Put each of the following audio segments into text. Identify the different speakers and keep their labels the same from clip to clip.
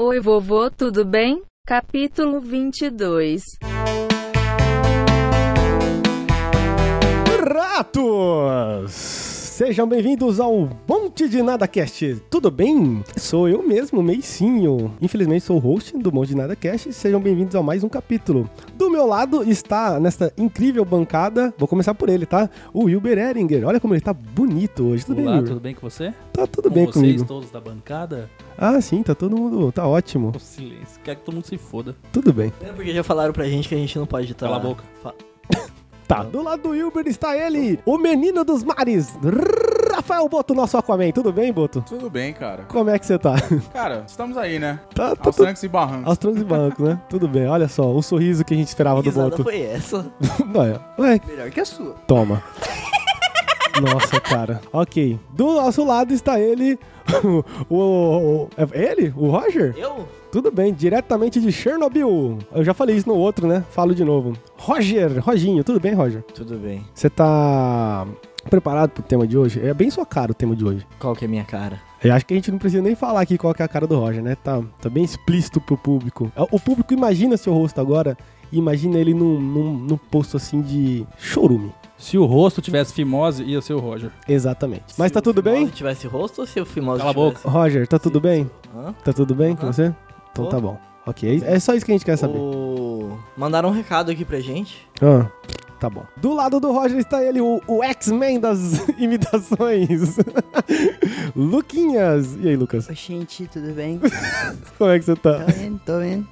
Speaker 1: Oi vovô, tudo bem? Capítulo 22
Speaker 2: Ratos! Sejam bem-vindos ao Monte de Nada Cast. Tudo bem? Sou eu mesmo, Meicinho. Infelizmente sou o host do Monte de Nada Cast. Sejam bem-vindos a mais um capítulo. Do meu lado está nesta incrível bancada, vou começar por ele, tá? O Wilber Eringer. Olha como ele tá bonito hoje. Tudo
Speaker 3: Olá,
Speaker 2: bem? Will?
Speaker 3: tudo bem com você?
Speaker 2: Tá tudo
Speaker 3: com
Speaker 2: bem
Speaker 3: vocês
Speaker 2: comigo?
Speaker 3: todos da bancada?
Speaker 2: Ah, sim, tá todo mundo, tá ótimo.
Speaker 3: O silêncio. Quer que todo mundo se foda.
Speaker 2: Tudo bem.
Speaker 4: É porque já falaram pra gente que a gente não pode estar.
Speaker 3: Cala a boca.
Speaker 4: Fa-
Speaker 2: Tá. Do lado do Wilber está ele, o menino dos mares, Rafael Boto, nosso Aquaman. Tudo bem, Boto?
Speaker 5: Tudo bem, cara.
Speaker 2: Como é que você tá?
Speaker 5: Cara, estamos aí, né?
Speaker 2: Tá, tá,
Speaker 5: Aos
Speaker 2: tá
Speaker 5: trancos e barrancos.
Speaker 2: Aos troncos e bancos, né? Tudo bem, olha só, o sorriso que a gente esperava
Speaker 4: Que
Speaker 2: do
Speaker 4: risada
Speaker 2: Boto.
Speaker 4: foi essa?
Speaker 2: Olha, Ué,
Speaker 4: Melhor que a sua.
Speaker 2: toma. Nossa, cara. Ok. Do nosso lado está ele. O. o- o- é ele? O Roger?
Speaker 4: Eu?
Speaker 2: Tudo bem, diretamente de Chernobyl. Eu já falei isso no outro, né? Falo de novo. Roger, Roginho, tudo bem, Roger?
Speaker 4: Tudo bem.
Speaker 2: Você tá preparado pro tema de hoje? É bem sua cara o tema de hoje.
Speaker 4: Qual que é a minha cara?
Speaker 2: Eu acho que a gente não precisa nem falar aqui qual que é a cara do Roger, né? Tá, tá bem explícito pro público. É, O público imagina seu rosto agora e imagina ele num, num, num posto assim de chorume.
Speaker 3: Se o rosto tivesse fimose, ia ser o Roger.
Speaker 2: Exatamente. Mas tá tudo
Speaker 4: Se o
Speaker 2: bem?
Speaker 4: Fimose tivesse rosto ou se o Fimose
Speaker 3: Cala a boca.
Speaker 4: tivesse...
Speaker 2: Roger, tá tudo bem?
Speaker 4: Hã?
Speaker 2: Tá tudo bem com
Speaker 4: Aham.
Speaker 2: você? Então
Speaker 4: Tô.
Speaker 2: tá bom. Ok, é só isso que a gente quer saber.
Speaker 4: O... Mandaram um recado aqui pra gente.
Speaker 2: Ah, tá bom. Do lado do Roger está ele, o, o X-Men das imitações. Luquinhas. E aí, Lucas?
Speaker 6: Oi, gente, tudo bem?
Speaker 2: Como é que você
Speaker 6: Tô
Speaker 2: tá?
Speaker 6: bem, tô bem.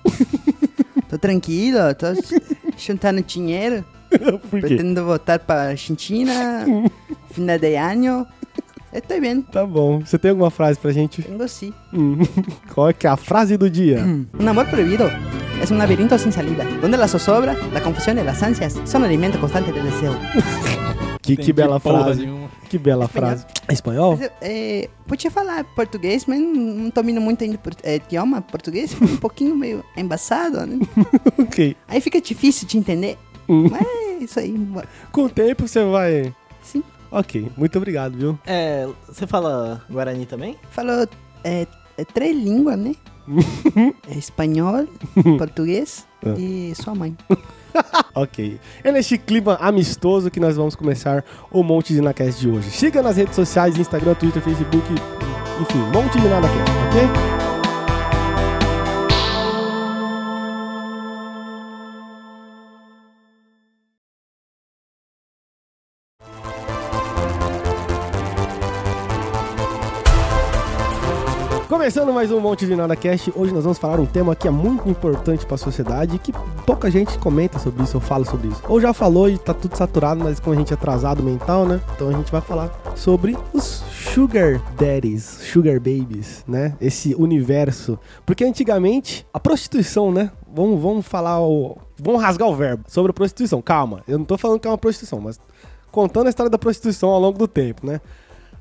Speaker 6: Tô tranquilo, tô juntando dinheiro,
Speaker 2: Por quê?
Speaker 6: pretendo voltar pra Argentina, final de ano. Estou bem,
Speaker 2: Tá bom. Você tem alguma frase pra gente?
Speaker 6: tenho sim.
Speaker 2: Hum, Qual é que é a frase do dia?
Speaker 6: Un amor prohibido es un laberinto sin salida, donde la zozobra, la confusión y las ansias son alimento constante del deseo.
Speaker 2: Que, que
Speaker 3: Entendi
Speaker 2: bela
Speaker 3: porra
Speaker 2: frase.
Speaker 3: nenhuma.
Speaker 2: Que bela frase. Espanhol?
Speaker 6: Mas, é, podia falar português, mas não domino muito ainda por, é, idioma português, um pouquinho meio embaçado, né?
Speaker 2: Ok.
Speaker 6: Aí fica difícil de entender,
Speaker 2: Hum.
Speaker 6: mas é isso aí. boa.
Speaker 2: Com o tempo você vai.
Speaker 6: Sim.
Speaker 2: Ok, muito obrigado, viu?
Speaker 4: É, você fala Guarani também?
Speaker 6: Falou é, é três línguas, né? É espanhol, português
Speaker 2: Ah.
Speaker 6: e sua mãe.
Speaker 2: Ok. É neste clima amistoso que nós vamos começar o Monte de Nacast de hoje. Siga nas redes sociais, Instagram, Twitter, Facebook, enfim, Monte de Nacast, ok? Começando mais um Monte de Nada Cast, hoje nós vamos falar um tema que é muito importante para a sociedade, que pouca gente comenta sobre isso ou fala sobre isso. Ou já falou e tá tudo saturado, mas como a gente é atrasado mental, né? Então a gente vai falar sobre os sugar daddies, sugar babies, né? Esse universo. Porque antigamente a prostituição, né? Vamos, vamos falar o vamos rasgar o verbo sobre a prostituição. Calma, eu não tô falando que é uma prostituição, mas contando a história da prostituição ao longo do tempo, né?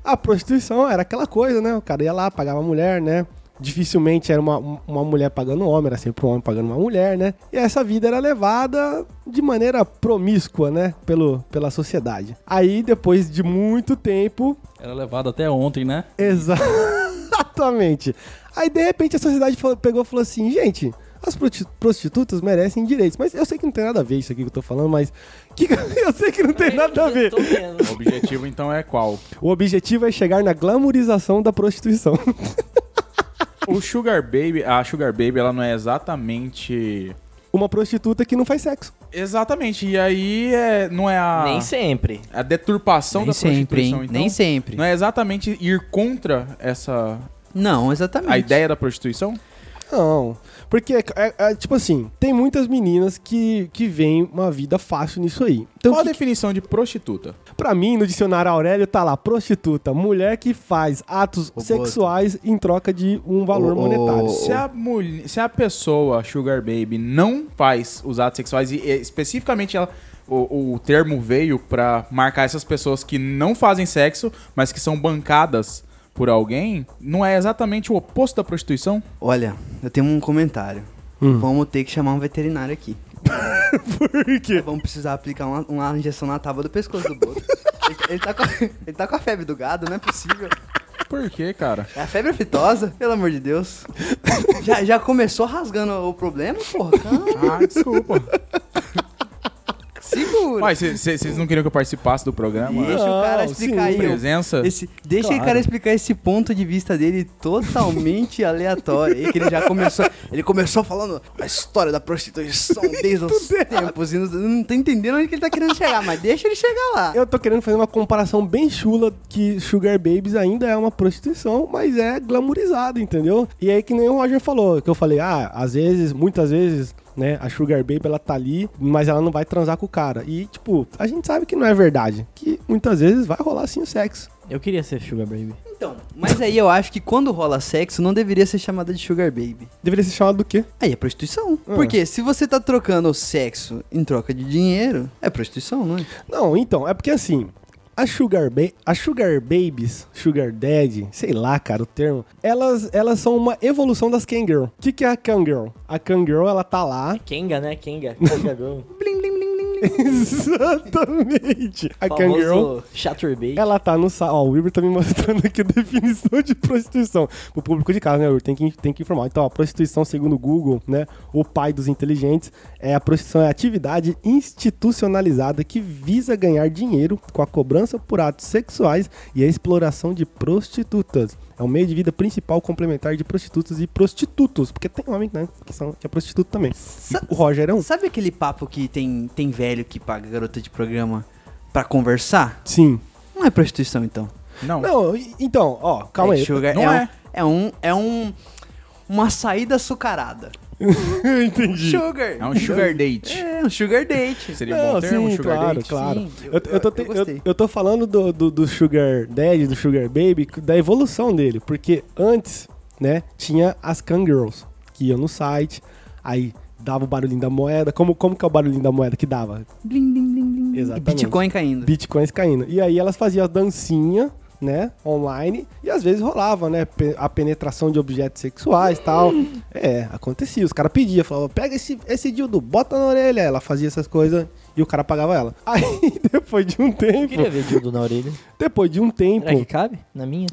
Speaker 2: A prostituição era aquela coisa, né? O cara ia lá, pagava a mulher, né? Dificilmente era uma, uma mulher pagando um homem, era sempre um homem pagando uma mulher, né? E essa vida era levada de maneira promíscua, né? Pelo, pela sociedade. Aí, depois de muito tempo,
Speaker 3: Era levado até ontem, né?
Speaker 2: Exatamente. Aí, de repente, a sociedade falou- pegou e falou assim, gente, as proti- prostitutas merecem direitos. Mas eu sei que não tem nada a ver isso aqui que eu tô falando, mas... que- eu sei que não tem nada a ver.
Speaker 4: Tô vendo.
Speaker 5: O objetivo, então, é qual?
Speaker 2: O objetivo é chegar na glamorização da prostituição.
Speaker 5: O Sugar Baby... A Sugar Baby, ela não é exatamente...
Speaker 2: Uma prostituta que não faz sexo.
Speaker 5: Exatamente. E aí, é... não é
Speaker 3: Ah.
Speaker 5: a...
Speaker 4: Nem sempre.
Speaker 5: A deturpação da prostituição, então.
Speaker 6: Nem sempre.
Speaker 5: Não é exatamente ir contra essa...
Speaker 6: Não, exatamente.
Speaker 5: A ideia da prostituição?
Speaker 2: Não. Porque, é, é, tipo assim, tem muitas meninas que, que veem uma vida fácil nisso aí. Então,
Speaker 5: Qual a
Speaker 2: que-
Speaker 5: definição de prostituta?
Speaker 2: pra mim, no dicionário Aurélio tá lá, prostituta, mulher que faz atos sexuais em troca de um valor
Speaker 6: Ô, ô,
Speaker 2: monetário.
Speaker 6: ô.
Speaker 5: Se a, mulher, se a pessoa, Sugar Baby, não faz os atos sexuais, e e, especificamente ela, o, o termo veio pra marcar essas pessoas que não fazem sexo, mas que são bancadas por alguém, não é exatamente o oposto da prostituição?
Speaker 6: Olha, eu tenho um comentário.
Speaker 2: Hum.
Speaker 6: Vamos ter que chamar um veterinário aqui.
Speaker 2: Por quê?
Speaker 6: Vamos precisar aplicar uma, uma injeção na tábua do pescoço do Boto. ele, ele tá com a, ele tá com a febre do gado, não é possível.
Speaker 5: Por quê, cara?
Speaker 6: É a febre aftosa, pelo amor de Deus. já, já começou rasgando o problema, porra? Calma,
Speaker 5: Ah, desculpa.
Speaker 6: segura.
Speaker 5: Mas vocês não queriam que eu participasse do programa?
Speaker 6: Deixa o cara
Speaker 2: Não,
Speaker 6: explicar
Speaker 2: sim,
Speaker 6: aí. o-
Speaker 5: Presença?
Speaker 6: Esse, deixa
Speaker 2: Claro.
Speaker 6: o cara explicar esse ponto de vista dele totalmente aleatório. aí que ele já começou. Ele começou falando a história da prostituição desde os tempos. E não, não tô entendendo onde que ele tá querendo chegar, mas deixa ele chegar lá.
Speaker 2: Eu tô querendo fazer uma comparação bem chula que Sugar Babies ainda é uma prostituição, mas é glamourizado, entendeu? E aí que nem o Roger falou, que eu falei, ah, às vezes, muitas vezes, né, a Sugar Baby ela tá ali, mas ela não vai transar com o cara. E tipo, a gente sabe que não é verdade, que muitas vezes vai rolar sim o sexo.
Speaker 4: Eu queria ser Sugar Baby.
Speaker 6: Então, mas aí eu acho que quando rola sexo, não deveria ser chamada de Sugar Baby.
Speaker 2: Deveria ser chamado do quê?
Speaker 6: Aí é prostituição.
Speaker 2: Ah.
Speaker 6: Porque se você tá trocando sexo em troca de dinheiro, é prostituição, não é?
Speaker 2: Não, então, é porque assim, a Sugar, ba a Sugar Babies, Sugar Daddy, sei lá, cara, o termo, elas, elas são uma evolução das Kangirl. O que, que é a Kangirl? A Kangirl, ela tá lá.
Speaker 4: Kenga, né? Kenga.
Speaker 6: Blim, blim, blim, blim, blim.
Speaker 2: Exatamente. A Kangirl.
Speaker 4: Shatter Baby.
Speaker 2: É Ela tá no site. Ó, o Wilber tá me mostrando aqui a definição de prostituição. Pro público de casa, né, Wilber? Tem que, tem que informar. Então, a prostituição, segundo o Google, né? O pai dos inteligentes, é a prostituição é a atividade institucionalizada que visa ganhar dinheiro com a cobrança por atos sexuais e a exploração de prostitutas. É o meio de vida principal complementar de prostitutas e prostitutos. Porque tem homem, né? Que, são, que é prostituto também.
Speaker 6: Sa-
Speaker 2: O Roger é um.
Speaker 6: Sabe aquele papo que tem, tem velho que paga garota de programa pra conversar?
Speaker 2: Sim.
Speaker 6: Não é prostituição, então.
Speaker 5: Não.
Speaker 2: Não, e- então, ó, calma
Speaker 6: é,
Speaker 2: aí.
Speaker 6: Sugar
Speaker 5: não
Speaker 6: é,
Speaker 5: é.
Speaker 6: Um, é um. É um. Uma saída açucarada.
Speaker 2: Eu entendi.
Speaker 6: Sugar.
Speaker 5: É um sugar date.
Speaker 6: É, um sugar date.
Speaker 5: Seria um
Speaker 2: Não,
Speaker 5: bom termo,
Speaker 2: sim,
Speaker 5: sugar
Speaker 2: claro,
Speaker 5: date?
Speaker 2: claro.
Speaker 6: Sim,
Speaker 2: eu, eu tô
Speaker 6: eu-
Speaker 2: te-
Speaker 6: eu
Speaker 2: eu-
Speaker 6: gostei.
Speaker 2: eu tô falando do, do, do Sugar Daddy, do Sugar Baby, da evolução dele, porque antes, né, tinha as Kangirls, que iam no site, aí dava o barulhinho da moeda. Como, como que é o barulhinho da moeda que dava?
Speaker 6: Blim, blim, blim, blim. E
Speaker 2: Exatamente.
Speaker 6: Bitcoin caindo.
Speaker 2: Bitcoins caindo. E aí elas faziam a dancinha, né, online, e às vezes rolava, né, pe- a penetração de objetos sexuais e tal. É, acontecia. Os caras pediam, falavam, pega esse, esse dildo, bota na orelha. Ela fazia essas coisas e o cara pagava ela. Aí, depois de um tempo,
Speaker 7: Queria ver dildo na orelha.
Speaker 2: depois de um
Speaker 4: Será que
Speaker 2: tempo,
Speaker 4: cabe? Na minha?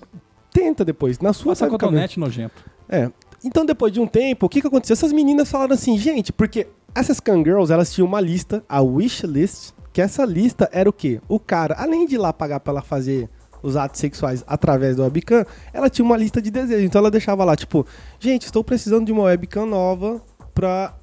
Speaker 2: tenta depois, na sua
Speaker 3: Passa Tá a
Speaker 2: sabe o caminho.
Speaker 3: cotonete nojento.
Speaker 2: É. Então, depois de um tempo, o que, que aconteceu? Essas meninas falaram assim, gente, porque essas Kangirls, elas tinham uma lista, a wish list, que essa lista era o quê? O cara, além de ir lá pagar pra ela fazer os atos sexuais através do webcam, ela tinha uma lista de desejos. Então, ela deixava lá, tipo, gente, estou precisando de uma webcam nova pra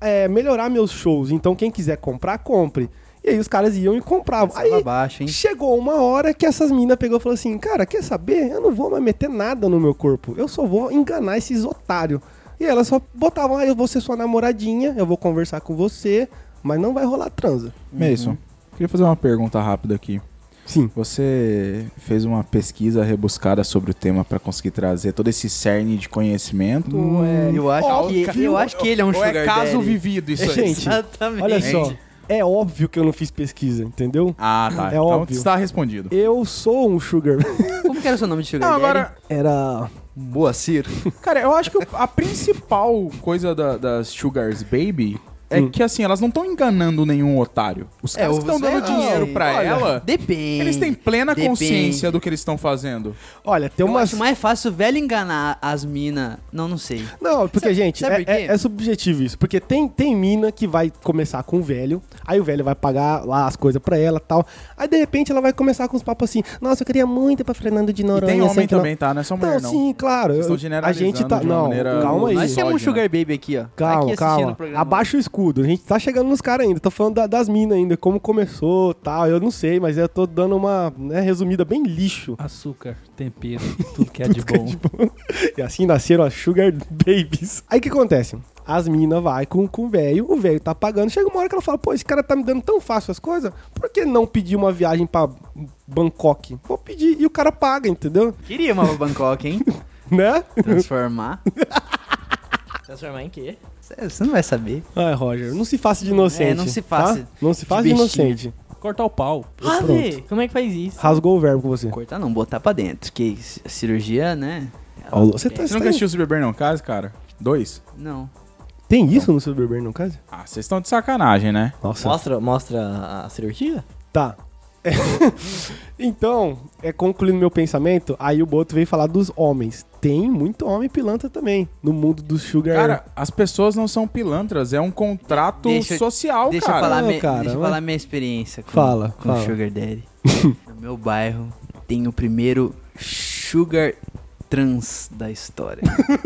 Speaker 2: é, melhorar meus shows. Então, quem quiser comprar, compre. E aí, os caras iam e compravam. Aí,
Speaker 6: Tava baixo, hein?
Speaker 2: Chegou uma hora que essas meninas pegou e falou assim: Cara, quer saber? Eu não vou mais meter nada no meu corpo. Eu só vou enganar esses otários. E elas só botavam: Ah, eu vou ser sua namoradinha, eu vou conversar com você, mas não vai rolar transa.
Speaker 5: Mason, É
Speaker 6: Uhum.
Speaker 5: queria fazer uma pergunta rápida aqui.
Speaker 2: Sim.
Speaker 5: Você fez uma pesquisa rebuscada sobre o tema pra conseguir trazer todo esse cerne de conhecimento?
Speaker 2: Hum,
Speaker 6: É, Eu acho,
Speaker 5: Óbvio.
Speaker 6: que, eu acho que ele é um
Speaker 5: Ou
Speaker 6: sugar
Speaker 5: é caso
Speaker 6: daddy.
Speaker 5: vivido isso aí?
Speaker 2: Gente,
Speaker 6: Exatamente.
Speaker 2: olha só. É óbvio que eu não fiz pesquisa, entendeu?
Speaker 5: Ah, tá.
Speaker 2: É
Speaker 5: então
Speaker 2: óbvio.
Speaker 5: está respondido.
Speaker 2: Eu sou um sugar.
Speaker 6: Como que era o seu nome de sugar
Speaker 5: Não,
Speaker 6: daddy?
Speaker 5: agora,
Speaker 2: Era.
Speaker 6: Boacir.
Speaker 5: Cara, eu acho que o- a principal coisa da- das Sugars Baby é que, assim, elas não estão enganando nenhum otário. Os caras que
Speaker 6: o-
Speaker 5: estão dando
Speaker 6: é,
Speaker 5: dinheiro
Speaker 6: não,
Speaker 5: pra
Speaker 6: olha,
Speaker 5: ela,
Speaker 6: Depende.
Speaker 5: eles têm plena
Speaker 6: depende.
Speaker 5: consciência do que eles estão fazendo.
Speaker 2: Olha, tem
Speaker 6: Eu
Speaker 2: umas.
Speaker 6: acho mais fácil o velho enganar as minas. Não, não sei.
Speaker 2: Não, porque,
Speaker 6: Sabe-
Speaker 2: gente,
Speaker 6: sabe
Speaker 2: é,
Speaker 6: por quê?
Speaker 2: é- é subjetivo isso. Porque tem, tem mina que vai começar com o velho, aí o velho vai pagar lá as coisas pra ela e tal. Aí, de repente, ela vai começar com os papos assim, nossa, eu queria muito ir pra Fernando de
Speaker 5: E
Speaker 2: Noronha.
Speaker 5: tem
Speaker 2: assim,
Speaker 5: homem
Speaker 2: que não-
Speaker 5: também, tá? Não é só mulher,
Speaker 2: Não,
Speaker 6: então,
Speaker 5: não.
Speaker 2: sim, claro.
Speaker 5: Vocês estão
Speaker 2: eu- a
Speaker 5: generalizando
Speaker 2: gente tá.
Speaker 5: de uma
Speaker 2: não,
Speaker 5: maneira
Speaker 2: calma aí.
Speaker 6: Nós temos um
Speaker 5: sódio, né?
Speaker 6: sugar baby aqui, ó. Tá
Speaker 2: Calma,
Speaker 6: aqui assistindo
Speaker 2: calma.
Speaker 6: o programa.
Speaker 2: Abaixa o escudo. A gente tá chegando nos caras ainda. Tô falando da- das minas ainda, como começou tal. Eu não sei, mas eu tô dando uma né, resumida bem lixo.
Speaker 3: Açúcar, tempero, tudo que é de bom.
Speaker 2: E assim nasceram as Sugar Babies. Aí o que acontece? As minas vai com, com o velho, o velho tá pagando. Chega uma hora que ela fala: pô, esse cara tá me dando tão fácil as coisas, por que não pedir uma viagem pra Bangkok? Vou pedir e o cara paga, entendeu?
Speaker 6: Queria uma pra Bangkok, hein?
Speaker 2: Né?
Speaker 6: Transformar.
Speaker 4: Transformar em quê?
Speaker 6: Cê- Você não vai saber.
Speaker 2: Ai, Roger, não se faça de inocente.
Speaker 6: É, não se faça
Speaker 2: tá? Não se faça de,
Speaker 6: de bestinha.
Speaker 2: inocente.
Speaker 3: Cortar o pau.
Speaker 4: Ah,
Speaker 2: Pronto.
Speaker 4: Vê, como é que faz isso?
Speaker 2: Rasgou o verbo com você.
Speaker 6: Cortar não, botar pra dentro. Que isso, a cirurgia, né? Ela-
Speaker 2: Ó, Você tá,
Speaker 5: Você
Speaker 2: você
Speaker 5: nunca
Speaker 2: tá
Speaker 5: assistiu Se Beber Não Case, cara? Dois?
Speaker 6: Não.
Speaker 2: Tem isso no seu beber, no caso?
Speaker 5: Ah, vocês estão de sacanagem, né?
Speaker 2: Nossa.
Speaker 4: Mostra, mostra a cirurgia?
Speaker 2: Tá. Então, é concluindo meu pensamento, aí o Boto veio falar dos homens. Tem muito homem pilantra também no mundo do sugar.
Speaker 5: Cara, as pessoas não são pilantras, é um contrato
Speaker 6: Deixa eu-
Speaker 5: social,
Speaker 6: Deixa,
Speaker 5: cara.
Speaker 6: eu falar
Speaker 2: Não,
Speaker 6: minha,
Speaker 2: cara,
Speaker 6: deixa eu
Speaker 2: mas-
Speaker 6: falar minha experiência com,
Speaker 2: Fala,
Speaker 6: com
Speaker 2: fala.
Speaker 6: Sugar Daddy. no meu bairro tem o primeiro Sugar Trans da história.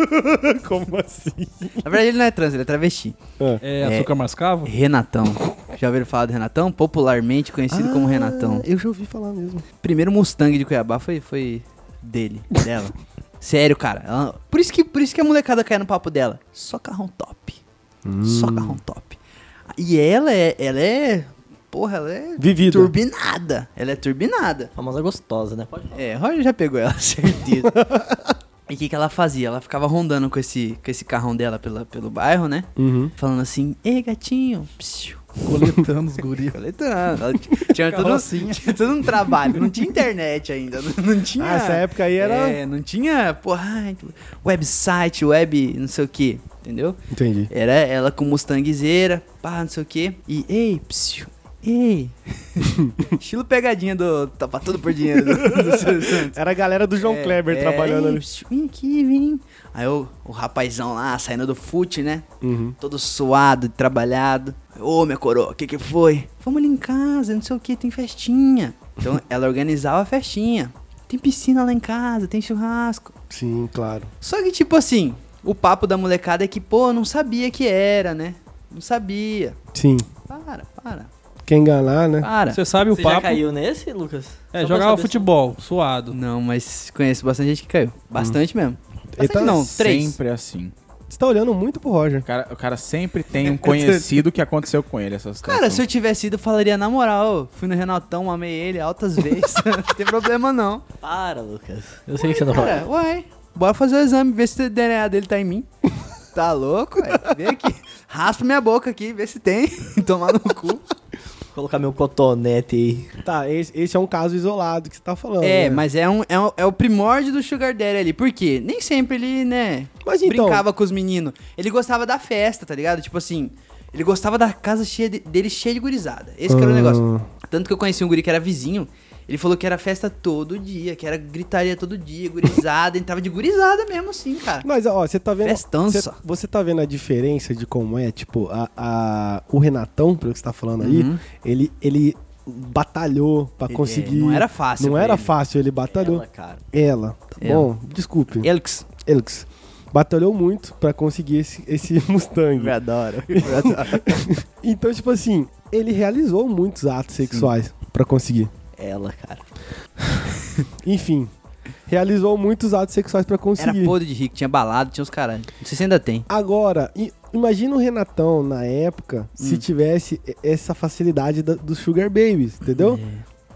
Speaker 2: como assim?
Speaker 6: Na verdade, ele não é trans, ele é travesti.
Speaker 3: É,
Speaker 6: É.
Speaker 3: açúcar mascavo?
Speaker 6: Renatão. Já ouviram falar do Renatão? Popularmente conhecido como Renatão.
Speaker 2: Eu já ouvi falar mesmo.
Speaker 6: Primeiro Mustang de Cuiabá foi, foi dele, dela. Sério, cara. Ela- por, isso que, por isso que a molecada cai no papo dela. Só carrão top. Só carrão top. E ela é. Ela é. Porra, ela é.
Speaker 2: Vivida.
Speaker 6: Turbinada. Ela é turbinada.
Speaker 4: Famosa gostosa, né? Pode
Speaker 6: É, Roger já pegou ela, certeza. e o que, que ela fazia? Ela ficava rondando com esse, com esse carrão dela pela, pelo bairro, né?
Speaker 2: Uhum.
Speaker 6: Falando assim, ei, gatinho. Psiu.
Speaker 3: Coletando os guris.
Speaker 6: Coletando. Ela t- tinha, todo,
Speaker 3: Carrocinha.
Speaker 6: tinha todo um trabalho. Não tinha internet ainda. Não, não tinha.
Speaker 2: Ah, essa época aí era.
Speaker 6: É, não tinha, porra, ai, website, web, não sei o que, entendeu?
Speaker 2: Entendi.
Speaker 6: Era ela com Mustangzeira, pá, não sei o que. E, ei, psiu, ei. Estilo pegadinha do Tapa Tudo por Dinheiro do, do Silvio Santos.
Speaker 2: Era a galera do É, João
Speaker 6: É,
Speaker 2: Kleber
Speaker 6: é,
Speaker 2: trabalhando
Speaker 6: ei,
Speaker 2: ali.
Speaker 6: psiu, Vem aqui, vem. Aí o, o rapazão lá, saindo do fute, né?
Speaker 2: Uhum.
Speaker 6: Todo suado, trabalhado. Ô, minha coroa, o que que foi? Vamos ali em casa, não sei o que, tem festinha. Então, ela organizava a festinha. Tem piscina lá em casa, tem churrasco.
Speaker 2: Sim, claro.
Speaker 6: Só que, tipo assim, o papo da molecada é que, pô, não sabia que era, né? Não sabia.
Speaker 2: Sim.
Speaker 6: Para, para,
Speaker 2: Quer enganar, né?
Speaker 6: para.
Speaker 3: Você é sabe o
Speaker 4: Você já
Speaker 3: papo.
Speaker 4: caiu nesse, Lucas?
Speaker 3: É,
Speaker 4: Só pra
Speaker 3: jogava
Speaker 4: saber se-
Speaker 3: futebol, suado.
Speaker 6: Não, mas conheço bastante gente que caiu. Bastante mesmo. Bastante
Speaker 2: Eita.
Speaker 6: não, três.
Speaker 5: tá Sempre assim.
Speaker 2: Você tá olhando muito pro Roger.
Speaker 5: O cara, o cara sempre tem um conhecido que aconteceu com ele, essa situação.
Speaker 6: Cara, se eu tivesse ido, eu falaria na moral. Fui no Renatão, amei ele altas vezes. não tem problema não.
Speaker 4: Para, Lucas. Eu sei que você não
Speaker 6: Cara, uai. Bora fazer o exame, ver se o DNA dele tá em mim. Tá louco, ué? Vem aqui. Raspa minha boca aqui, vê se tem. Tomar no cu.
Speaker 4: vai colocar meu cotonete aí.
Speaker 2: Tá, esse, esse é um caso isolado que você tá falando.
Speaker 6: É,
Speaker 2: né?
Speaker 6: mas é, um, é, um- é o primórdio do Sugar Daddy ali. Por quê? Nem sempre ele, né,
Speaker 2: Mas então-
Speaker 6: brincava com os meninos. Ele gostava da festa, tá ligado? Tipo assim, ele gostava da casa cheia de- dele cheia de gurizada. Esse que era o
Speaker 2: Ah.
Speaker 6: negócio. Tanto que eu conheci um guri que era vizinho. Ele falou que era festa todo dia, que era gritaria todo dia, gurizada. entrava de gurizada mesmo assim, cara.
Speaker 2: Mas, ó, você tá vendo.
Speaker 6: Festança.
Speaker 2: Você, você tá vendo a diferença de como é, tipo, a, a- o Renatão, pelo que você tá falando aí,
Speaker 6: Uhum.
Speaker 2: ele, ele batalhou pra
Speaker 6: Ele- é,
Speaker 2: conseguir.
Speaker 6: não era fácil
Speaker 2: Não
Speaker 6: pra
Speaker 2: era
Speaker 6: ele.
Speaker 2: fácil, ele batalhou.
Speaker 4: Ela, cara.
Speaker 2: Ela, tá
Speaker 6: Ela.
Speaker 2: bom? Desculpe.
Speaker 6: Elks.
Speaker 2: Elix. Batalhou muito pra conseguir esse, esse Mustang.
Speaker 6: adoro.
Speaker 2: Então, tipo assim, ele realizou muitos atos sexuais pra conseguir.
Speaker 4: Ela, cara.
Speaker 2: Enfim, realizou muitos atos sexuais pra
Speaker 6: Era
Speaker 2: conseguir.
Speaker 6: podre de rico, tinha balado, tinha os caras. Não sei se ainda tem.
Speaker 2: Agora, i- imagina o Renatão na época se
Speaker 5: Hum.
Speaker 2: tivesse e- essa facilidade da- dos Sugar Babies, entendeu?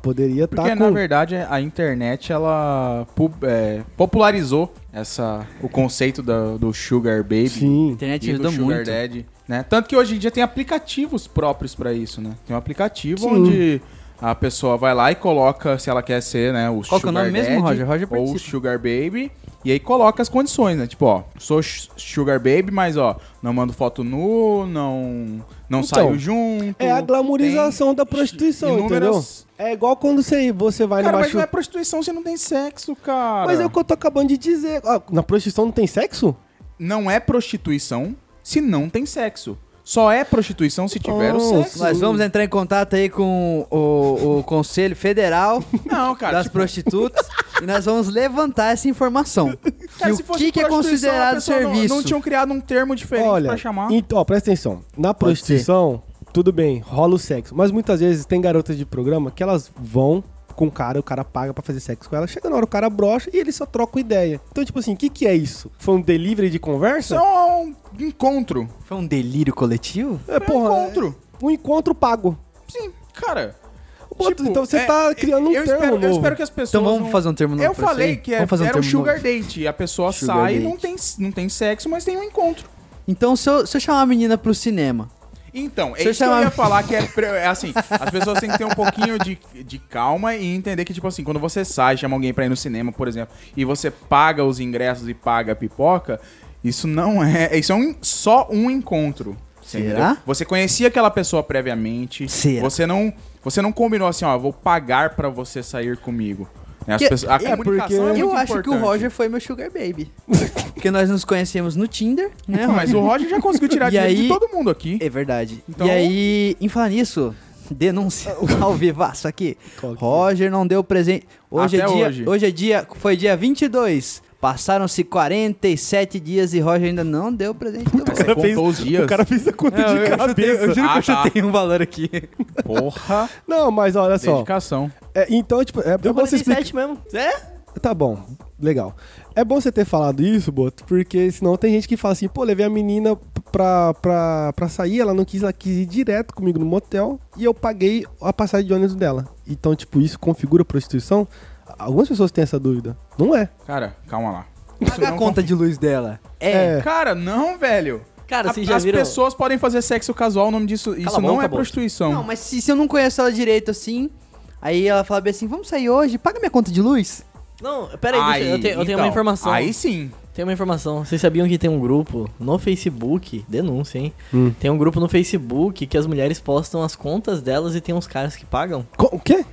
Speaker 2: Poderia estar
Speaker 5: É. Porque,
Speaker 2: tá com.
Speaker 5: na verdade, a internet, ela pu- é, popularizou essa, o conceito da- do Sugar Baby.
Speaker 6: A
Speaker 2: Sim.
Speaker 6: internet
Speaker 5: e do
Speaker 6: ajudou
Speaker 5: Sugar
Speaker 6: muito.
Speaker 5: Daddy, né? Tanto que hoje em dia tem aplicativos próprios pra isso, né? Tem um aplicativo
Speaker 2: Sim.
Speaker 5: onde a pessoa vai lá e coloca se ela quer ser, né, o
Speaker 6: Qual
Speaker 5: Sugar
Speaker 6: que é o nome
Speaker 5: Daddy
Speaker 6: mesmo, Roger? Roger
Speaker 5: ou
Speaker 6: participa.
Speaker 5: Sugar Baby. E aí coloca as condições, né? Tipo, ó, sou sh- Sugar Baby, mas ó, não mando foto nu, não não
Speaker 2: Então,
Speaker 5: saio junto.
Speaker 2: É a glamorização da prostituição,
Speaker 5: inúmeras-
Speaker 2: entendeu? É igual quando você, você vai
Speaker 5: Cara,
Speaker 2: numa
Speaker 5: mas
Speaker 2: chu-
Speaker 5: não é prostituição se não tem sexo, cara.
Speaker 2: Mas é o que eu tô acabando de dizer. Ah, na prostituição não tem sexo?
Speaker 5: Não é prostituição se não tem sexo. Só é prostituição se
Speaker 6: Oh,
Speaker 5: tiver
Speaker 2: Nossa.
Speaker 5: o sexo.
Speaker 6: Nós vamos entrar em contato aí com o, o Conselho Federal
Speaker 5: Não, cara.
Speaker 6: das
Speaker 5: tipo,
Speaker 6: Prostitutas e nós vamos levantar essa informação.
Speaker 5: Cara,
Speaker 6: e
Speaker 5: se
Speaker 6: o
Speaker 5: fosse
Speaker 6: que, que é
Speaker 5: prostituição, a
Speaker 6: considerado
Speaker 5: pessoa
Speaker 6: serviço?
Speaker 5: Não, não tinham criado um termo diferente pra chamar.
Speaker 2: Então, ó, presta atenção. Na prostituição, tudo bem, rola o sexo. Mas muitas vezes tem garotas de programa que elas vão com o cara, o cara paga pra fazer sexo com ela. Chega na hora, o cara brocha e eles só trocam ideia. Então, tipo assim, o que, que é isso? Foi um delivery de
Speaker 5: Isso
Speaker 2: conversa?
Speaker 5: é um encontro.
Speaker 6: Foi um delírio coletivo?
Speaker 2: é, porra,
Speaker 5: é um encontro.
Speaker 2: é um encontro pago.
Speaker 5: Sim, cara. tipo, é,
Speaker 2: Boto, então você tá criando um
Speaker 5: eu
Speaker 2: termo
Speaker 5: espero, Eu
Speaker 2: novo.
Speaker 5: espero que as pessoas...
Speaker 6: Então vamos
Speaker 5: não-
Speaker 6: fazer um termo novo
Speaker 5: Eu
Speaker 6: pra isso
Speaker 5: falei
Speaker 6: aí?
Speaker 5: que é,
Speaker 6: Vamos fazer um
Speaker 5: era um
Speaker 6: termo
Speaker 5: sugar
Speaker 6: novo.
Speaker 5: date. A pessoa
Speaker 6: Sugar
Speaker 5: sai e
Speaker 6: date.
Speaker 5: não tem, não tem sexo, mas tem um encontro.
Speaker 6: Então, se eu, se eu chamar a menina pro cinema,
Speaker 5: Então, é
Speaker 6: Se eu
Speaker 5: isso que eu
Speaker 6: chamar-
Speaker 5: ia falar que é, pre- é assim, as pessoas têm que ter um pouquinho de, de calma e entender que, tipo assim, quando você sai, chama alguém pra ir no cinema, por exemplo, e você paga os ingressos e paga a pipoca, isso não é. Isso é um, só um encontro. Você
Speaker 6: Será?
Speaker 5: entendeu? Você conhecia aquela pessoa previamente.
Speaker 6: Será?
Speaker 5: Você não, você não combinou assim, ó, vou pagar pra você sair comigo. Né, as
Speaker 6: Que-
Speaker 5: pessoas- a
Speaker 6: é
Speaker 5: comunicação
Speaker 2: porque-
Speaker 5: é muito
Speaker 6: eu acho que o
Speaker 5: importante.
Speaker 6: Roger foi meu sugar baby. Porque nós nos conhecemos no Tinder, né,
Speaker 5: Não, mas o Roger já conseguiu tirar
Speaker 6: E
Speaker 5: dinheiro
Speaker 6: aí-
Speaker 5: de todo mundo aqui.
Speaker 6: É verdade.
Speaker 5: Então-
Speaker 6: E aí, em falar nisso, denúncia ao vivaço aqui.
Speaker 2: Qual que é?
Speaker 6: Roger não deu presente. Hoje é
Speaker 5: Até
Speaker 6: dia,
Speaker 5: hoje.
Speaker 6: é dia, foi dia 22. Passaram-se 47 dias e Roger ainda não deu presente. pra você.
Speaker 5: Você
Speaker 2: fez-
Speaker 5: contou os dias.
Speaker 2: O cara fez a conta
Speaker 6: Não,
Speaker 2: de
Speaker 6: eu
Speaker 2: cabeça.
Speaker 6: chutei- eu juro que
Speaker 5: Ah,
Speaker 6: eu
Speaker 5: tá.
Speaker 6: chutei um valor aqui.
Speaker 5: Porra,
Speaker 2: Não, mas olha só.
Speaker 5: dedicação.
Speaker 2: É, então, tipo, é bom você explicar.
Speaker 4: 47 mesmo. É?
Speaker 2: Tá bom, legal. É bom você ter falado isso, Boto, porque senão tem gente que fala assim, pô, levei a menina pra, pra, pra sair, ela não quis, ela quis ir direto comigo no motel e eu paguei a passagem de ônibus dela. Então, tipo, isso configura prostituição? Algumas pessoas têm essa dúvida. Não é.
Speaker 5: Cara, calma lá.
Speaker 6: Paga a conta de luz dela. É.
Speaker 2: É.
Speaker 5: Cara, não, velho.
Speaker 4: Cara,
Speaker 5: A-
Speaker 4: vocês já
Speaker 5: as
Speaker 4: viram?
Speaker 5: pessoas podem fazer sexo casual, o nome disso. Isso
Speaker 4: a
Speaker 5: não
Speaker 4: boca,
Speaker 5: é
Speaker 4: Boto.
Speaker 5: prostituição.
Speaker 6: Não, mas se, se eu não conheço ela direito assim, aí ela fala bem assim, vamos sair hoje, paga minha conta de luz.
Speaker 4: Não, pera aí, deixa- eu, tenho, eu tenho uma
Speaker 5: então,
Speaker 4: informação.
Speaker 5: Aí sim.
Speaker 4: Tem uma informação. Vocês sabiam que tem um grupo no Facebook, denúncia, hein?
Speaker 2: Hum.
Speaker 4: Tem um grupo no Facebook que as mulheres postam as contas delas e tem uns caras que pagam.
Speaker 2: Co- o quê?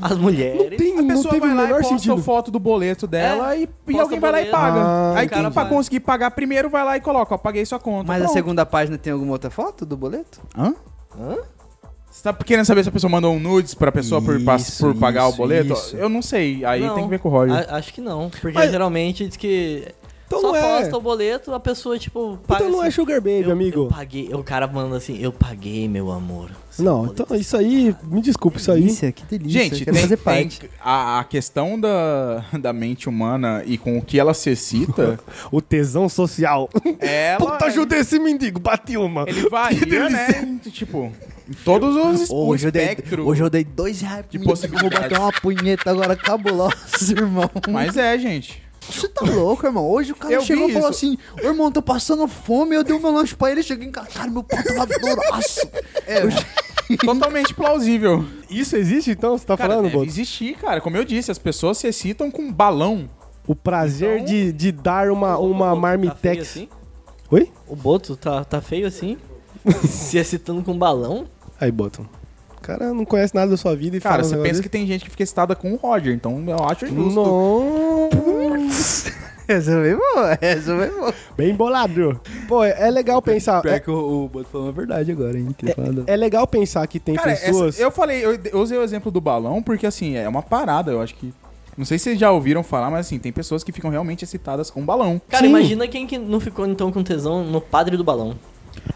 Speaker 4: As
Speaker 2: Não
Speaker 4: mulheres.
Speaker 2: tem,
Speaker 5: A
Speaker 2: não
Speaker 5: pessoa
Speaker 2: teve
Speaker 5: vai
Speaker 2: o
Speaker 5: lá e
Speaker 2: menor
Speaker 5: posta
Speaker 2: sentido.
Speaker 5: a foto do boleto dela e, e
Speaker 4: É, posta
Speaker 5: alguém vai lá e
Speaker 4: boleto.
Speaker 5: paga.
Speaker 2: Ah,
Speaker 5: aí quem
Speaker 4: entendi.
Speaker 5: pra conseguir pagar primeiro vai lá e coloca, ó, paguei sua conta.
Speaker 6: Mas a
Speaker 5: Pronto.
Speaker 6: segunda página tem alguma outra foto do boleto?
Speaker 5: Hã? Você tá querendo saber se a pessoa mandou um nudes pra pessoa por, pa-
Speaker 6: Isso,
Speaker 5: por pagar o
Speaker 6: isso,
Speaker 5: boleto?
Speaker 6: isso.
Speaker 5: Eu não sei, aí
Speaker 4: Não.
Speaker 5: tem que ver com o Roger.
Speaker 4: A- acho que não. Porque
Speaker 2: Mas-
Speaker 4: geralmente diz que
Speaker 2: Então
Speaker 4: só
Speaker 2: não é.
Speaker 4: posta o boleto, a pessoa, tipo, paga.
Speaker 2: Então não é
Speaker 4: assim,
Speaker 2: sugar baby,
Speaker 4: eu,
Speaker 2: amigo.
Speaker 4: Eu paguei. O cara manda assim, eu paguei, meu amor. Seu
Speaker 2: Não,
Speaker 4: boleto.
Speaker 2: então isso aí, me desculpa, isso aí.
Speaker 6: que delícia.
Speaker 5: Gente,
Speaker 6: quero
Speaker 5: tem,
Speaker 6: fazer
Speaker 5: tem
Speaker 6: parte.
Speaker 5: a, a questão da, da mente humana e com o que ela se excita,
Speaker 2: O tesão social.
Speaker 5: ela... é
Speaker 2: Puta, ajudei esse mendigo, bati uma.
Speaker 5: Ele varia, né? Tipo, em todos os o
Speaker 6: Hoje eu, dei,
Speaker 5: espectro.
Speaker 6: hoje eu dei dois reais
Speaker 5: de
Speaker 6: pro menino, vou
Speaker 5: possibilidades.
Speaker 6: bater uma punheta agora cabulosa, irmão.
Speaker 5: Mas é, gente.
Speaker 6: Você tá louco, irmão? Hoje o cara
Speaker 5: Eu
Speaker 6: chegou
Speaker 5: vi
Speaker 6: e falou
Speaker 5: isso.
Speaker 6: assim: "Ô, irmão, tô passando fome, eu dei o meu lanche pra ele, cheguei em casa, cara, meu pau tava douraço. É,
Speaker 5: Totalmente plausível.
Speaker 2: Isso existe então? Você tá
Speaker 5: Cara,
Speaker 2: falando,
Speaker 5: deve
Speaker 2: Boto?
Speaker 5: existir, cara. Como eu disse, as pessoas se excitam com um balão.
Speaker 2: O prazer
Speaker 5: Então- um
Speaker 2: de, de dar uma, é uma
Speaker 4: O Boto Tá feio
Speaker 2: marmitex.
Speaker 4: assim?
Speaker 2: Oi?
Speaker 4: O Boto tá, tá feio assim? se excitando com um balão?
Speaker 2: Aí, Bottom. O cara não conhece nada da sua vida e
Speaker 5: Cara,
Speaker 2: fala. um
Speaker 5: você
Speaker 2: negócio
Speaker 5: pensa que tem gente que fica excitada com o Roger, então eu acho
Speaker 2: desse?
Speaker 5: injusto.
Speaker 2: Nossa.
Speaker 6: essa foi boa, essa foi boa.
Speaker 2: Bem bolado. Pô, é é legal pensar. É,
Speaker 6: que o, Boto falou uma verdade agora, hein?
Speaker 2: é legal pensar que tem
Speaker 5: Cara, essa-
Speaker 2: pessoas.
Speaker 5: eu falei, eu, eu usei o exemplo do balão porque, assim, é uma parada, eu acho que... Não sei se vocês já ouviram falar, mas, assim, tem pessoas que ficam realmente excitadas com o balão.
Speaker 4: Cara,
Speaker 2: Sim.
Speaker 4: imagina quem que não ficou então com tesão no padre do balão.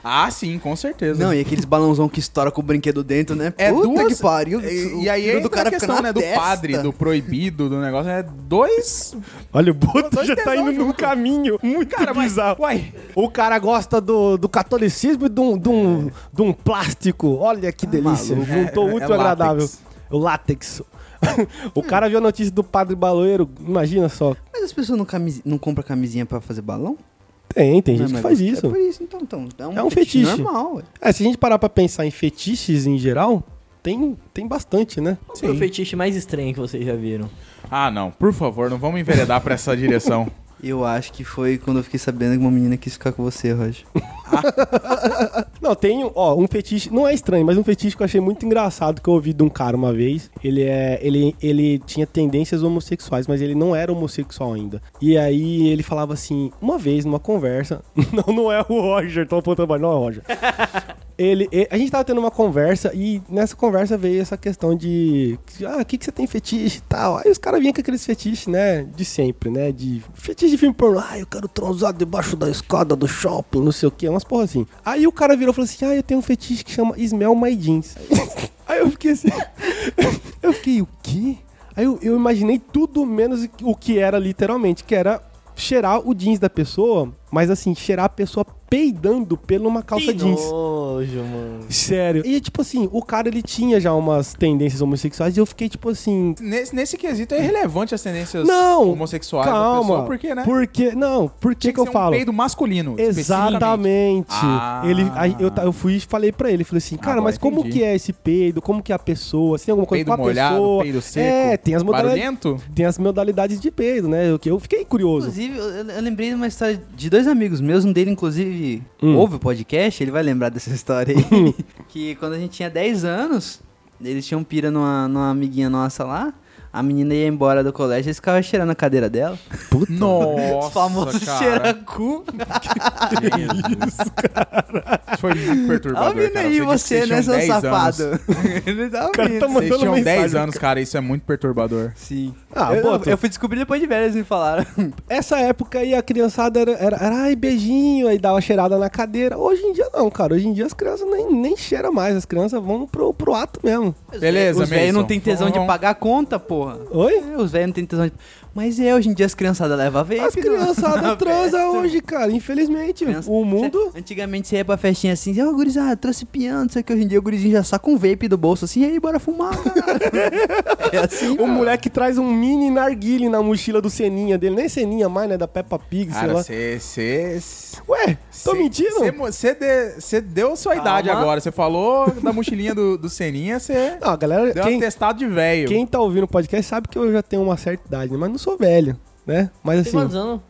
Speaker 5: Ah, sim, com certeza.
Speaker 6: Não, e aqueles balãozão que estoura com o brinquedo dentro, né?
Speaker 5: É
Speaker 6: Puta
Speaker 5: duas-
Speaker 6: que pariu.
Speaker 5: E,
Speaker 6: o
Speaker 5: e aí
Speaker 6: filho
Speaker 5: entra do cara a
Speaker 6: fica
Speaker 5: questão,
Speaker 6: na
Speaker 5: né, do
Speaker 6: testa.
Speaker 5: padre, do proibido, do negócio. É dois...
Speaker 2: Olha, o Boto
Speaker 5: Dois
Speaker 2: já tá
Speaker 5: tesão
Speaker 2: indo num
Speaker 5: junto.
Speaker 2: caminho muito bizarro.
Speaker 5: Uai,
Speaker 2: O cara gosta do, do catolicismo e de um, de, um, de um plástico. Olha que delícia.
Speaker 6: maluco.
Speaker 2: Juntou
Speaker 5: É-
Speaker 2: útil
Speaker 5: é
Speaker 2: e agradável.
Speaker 5: látex.
Speaker 2: O látex. o cara viu a notícia do padre baloeiro. Imagina só.
Speaker 6: Mas as pessoas não, camis... não compram camisinha pra fazer balão?
Speaker 2: Tem, tem
Speaker 6: Não,
Speaker 2: gente que
Speaker 6: mas
Speaker 2: faz
Speaker 6: é
Speaker 2: isso.
Speaker 6: por isso, então, então. É um,
Speaker 2: É um fetiche.
Speaker 6: normal. ué.
Speaker 2: É, se a gente parar pra pensar em fetiches em geral, tem, tem bastante, né?
Speaker 4: Qual foi o fetiche mais estranho que vocês já viram?
Speaker 5: Ah, não, por favor, não vamos enveredar pra essa direção.
Speaker 6: Eu acho que foi quando eu fiquei sabendo que uma menina quis ficar com você, Roger.
Speaker 2: Não, tem ó, um fetiche, não é estranho, mas um fetiche que eu achei muito engraçado que eu ouvi de um cara uma vez. Ele é, ele, ele tinha tendências homossexuais, mas ele não era homossexual ainda. E aí ele falava assim, uma vez numa conversa, não, não é o Roger, tô apontando, pra- não é o Roger. Ele, e- a gente tava tendo uma conversa e nessa conversa veio essa questão de ah, o que, que você tem fetiche e tal. Aí os caras vinham com aqueles fetiches, né, de sempre, né, de fetiche de filme pornô. Ah, eu quero transar debaixo da escada do shopping, não sei o que, umas porra assim. Aí o cara virou e falou assim, ah, eu tenho um fetiche que chama Smell My Jeans. Aí eu fiquei assim, eu fiquei, o quê? Aí eu, eu imaginei tudo menos o que era literalmente, que era cheirar o jeans da pessoa, mas assim, cheirar a pessoa peidando pela uma calça
Speaker 4: Que
Speaker 2: jeans.
Speaker 4: nojo. nojo, mano.
Speaker 2: Sério. E, tipo assim, o cara, ele tinha já umas tendências homossexuais e eu fiquei, tipo assim...
Speaker 5: Nesse, nesse quesito é irrelevante as tendências
Speaker 2: Não,
Speaker 5: homossexuais da
Speaker 2: Calma.
Speaker 5: pessoa, porque, né?
Speaker 2: Porque, não, por que
Speaker 5: Tinha
Speaker 2: que eu
Speaker 5: ser
Speaker 2: falo?
Speaker 5: um peido masculino. especificamente.
Speaker 2: Exatamente.
Speaker 5: Ah.
Speaker 2: Ele, aí eu, ta- eu fui e falei pra ele, falei assim, cara,
Speaker 5: Agora
Speaker 2: mas como
Speaker 5: entendi.
Speaker 2: que é esse peido? Como que é a pessoa? Se tem alguma coisa
Speaker 5: Peido
Speaker 2: com a
Speaker 5: molhado,
Speaker 2: pessoa?
Speaker 5: peido seco.
Speaker 2: é, tem as, modalidades,
Speaker 5: Barulhento?
Speaker 2: tem as modalidades de peido, né? Eu, que- eu fiquei curioso.
Speaker 6: Inclusive, eu, eu lembrei de uma história de dois amigos meus, um dele, inclusive,
Speaker 2: Hum.
Speaker 6: ouve o podcast, ele vai lembrar dessa história
Speaker 5: Hum.
Speaker 6: aí. que quando a gente tinha 10 anos, eles tinham um pira numa, numa amiguinha nossa lá, a menina ia embora do colégio, eles ficavam cheirando a cadeira dela.
Speaker 2: Puta.
Speaker 5: Nossa,
Speaker 6: Os famosos
Speaker 5: cara.
Speaker 6: cheiracu.
Speaker 5: Jesus, cara. Foi muito
Speaker 6: Tá
Speaker 5: perturbador,
Speaker 6: ouvindo
Speaker 5: cara.
Speaker 6: aí
Speaker 5: disse que
Speaker 6: você,
Speaker 5: vocês
Speaker 6: né,
Speaker 5: tinham 10
Speaker 6: seu safado?
Speaker 5: anos.
Speaker 6: ele tá
Speaker 2: cara
Speaker 6: ouvindo.
Speaker 2: tá mandando
Speaker 5: Vocês tinham 10
Speaker 2: mensagem.
Speaker 5: anos, cara. Isso é muito perturbador.
Speaker 6: Sim.
Speaker 2: Ah,
Speaker 6: eu,
Speaker 2: Boto.
Speaker 6: eu fui descobrir depois de velhos me falaram.
Speaker 2: Essa época aí a criançada era, era, era, ai, beijinho, aí dava cheirada na cadeira. Hoje em dia não, cara. Hoje em dia as crianças nem, nem cheiram mais, as crianças vão pro, pro ato mesmo.
Speaker 5: Beleza,
Speaker 6: Os velhos não
Speaker 5: Mason.
Speaker 6: tem tesão de
Speaker 5: Vamos-
Speaker 6: pagar a conta, porra.
Speaker 2: Oi?
Speaker 6: É, Os velhos não tem tesão de... Mas é, hoje em dia as criançadas levam vape.
Speaker 2: As
Speaker 6: não.
Speaker 2: criançadas transam hoje, cara. Infelizmente,
Speaker 6: Criança-
Speaker 2: o mundo...
Speaker 6: Cê- Antigamente você ia pra festinha assim, ó, gurizada, trouxe piano, não sei o que. Hoje em dia o gurizinho já saca um vape do bolso assim, e aí, bora fumar, cara. é assim,
Speaker 2: O
Speaker 6: cara.
Speaker 2: moleque traz um mini narguile na mochila do Seninha dele. Nem Seninha mais, né? Da Peppa Pig, sei
Speaker 5: Cara,
Speaker 2: lá.
Speaker 5: você... Cê...
Speaker 2: Ué, tô
Speaker 5: cê-
Speaker 2: mentindo?
Speaker 5: cê mo- Você de- cê deu sua idade
Speaker 6: Calma.
Speaker 5: agora. Você falou da mochilinha do, do Seninha, você
Speaker 2: Não, a galera,
Speaker 5: deu um
Speaker 2: quem,
Speaker 5: atestado de velho.
Speaker 2: quem tá ouvindo o podcast sabe que eu já tenho uma certa idade, né? Mas não sou velho, né? Mas
Speaker 4: Tem
Speaker 2: assim,
Speaker 4: quantos anos?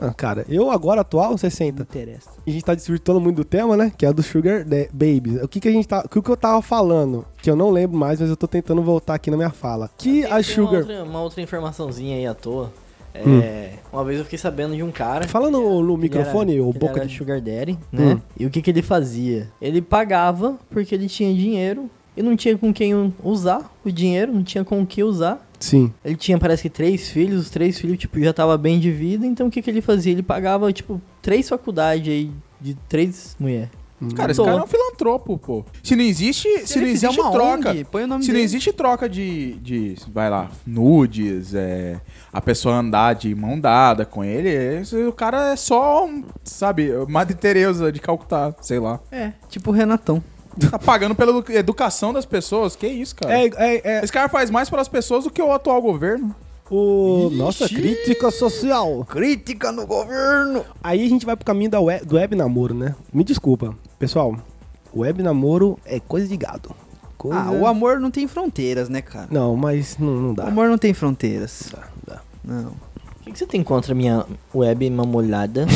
Speaker 2: ah, cara, eu agora atual, 60.
Speaker 6: Interessa.
Speaker 2: A gente tá desvirtuando muito do tema, né? Que é do Sugar Da- Babies. O que que a gente tá... O que eu tava falando, que eu não lembro mais, mas eu tô tentando voltar aqui na minha fala. Que a
Speaker 4: Tem uma
Speaker 2: Sugar... Hum.
Speaker 4: outra, uma outra informaçãozinha aí à toa. É, Uma vez eu fiquei sabendo de um cara.
Speaker 2: Fala no, no
Speaker 4: Ele era-
Speaker 2: microfone, ô
Speaker 4: ele
Speaker 2: boca
Speaker 4: era
Speaker 2: de...
Speaker 4: é Sugar Daddy, né?
Speaker 2: Hum.
Speaker 4: E o que, que ele fazia? Ele pagava porque ele tinha dinheiro e não tinha com quem usar o dinheiro, não tinha com o que usar.
Speaker 2: Sim.
Speaker 4: Ele tinha, parece que, três filhos, os três filhos, tipo, já tava bem de vida, então o que, que ele fazia? Ele pagava, tipo, três faculdades aí de três mulheres.
Speaker 5: Cara, esse
Speaker 4: Tô.
Speaker 5: cara é um filantropo, pô. Se não existe, se, não
Speaker 6: ele fizer
Speaker 5: existe
Speaker 6: uma
Speaker 5: troca.
Speaker 6: ONG, põe o nome
Speaker 5: Se não
Speaker 6: dele.
Speaker 5: existe troca de, de, vai lá, nudes, é, a pessoa andar de mão dada com ele, esse- o cara é só, um, sabe, Madre Teresa de Calcutá, sei lá.
Speaker 6: É, tipo o Renatão.
Speaker 5: Tá pagando pela edu- educação das pessoas? Que isso, cara?
Speaker 2: É, é, é,
Speaker 5: Esse cara faz mais pelas pessoas do que o atual governo.
Speaker 2: O... Nossa, crítica social.
Speaker 6: Crítica no governo.
Speaker 2: Aí a gente vai pro caminho da we- do web namoro, né? Me desculpa, pessoal. Web namoro é coisa de gado. Coisa...
Speaker 6: Ah, o amor não tem fronteiras, né, cara?
Speaker 2: Uhum. Não, mas não, não
Speaker 6: O
Speaker 2: dá.
Speaker 6: amor não tem fronteiras.
Speaker 2: dá.
Speaker 6: Não.
Speaker 4: O que, que você tem contra a minha web mamolhada?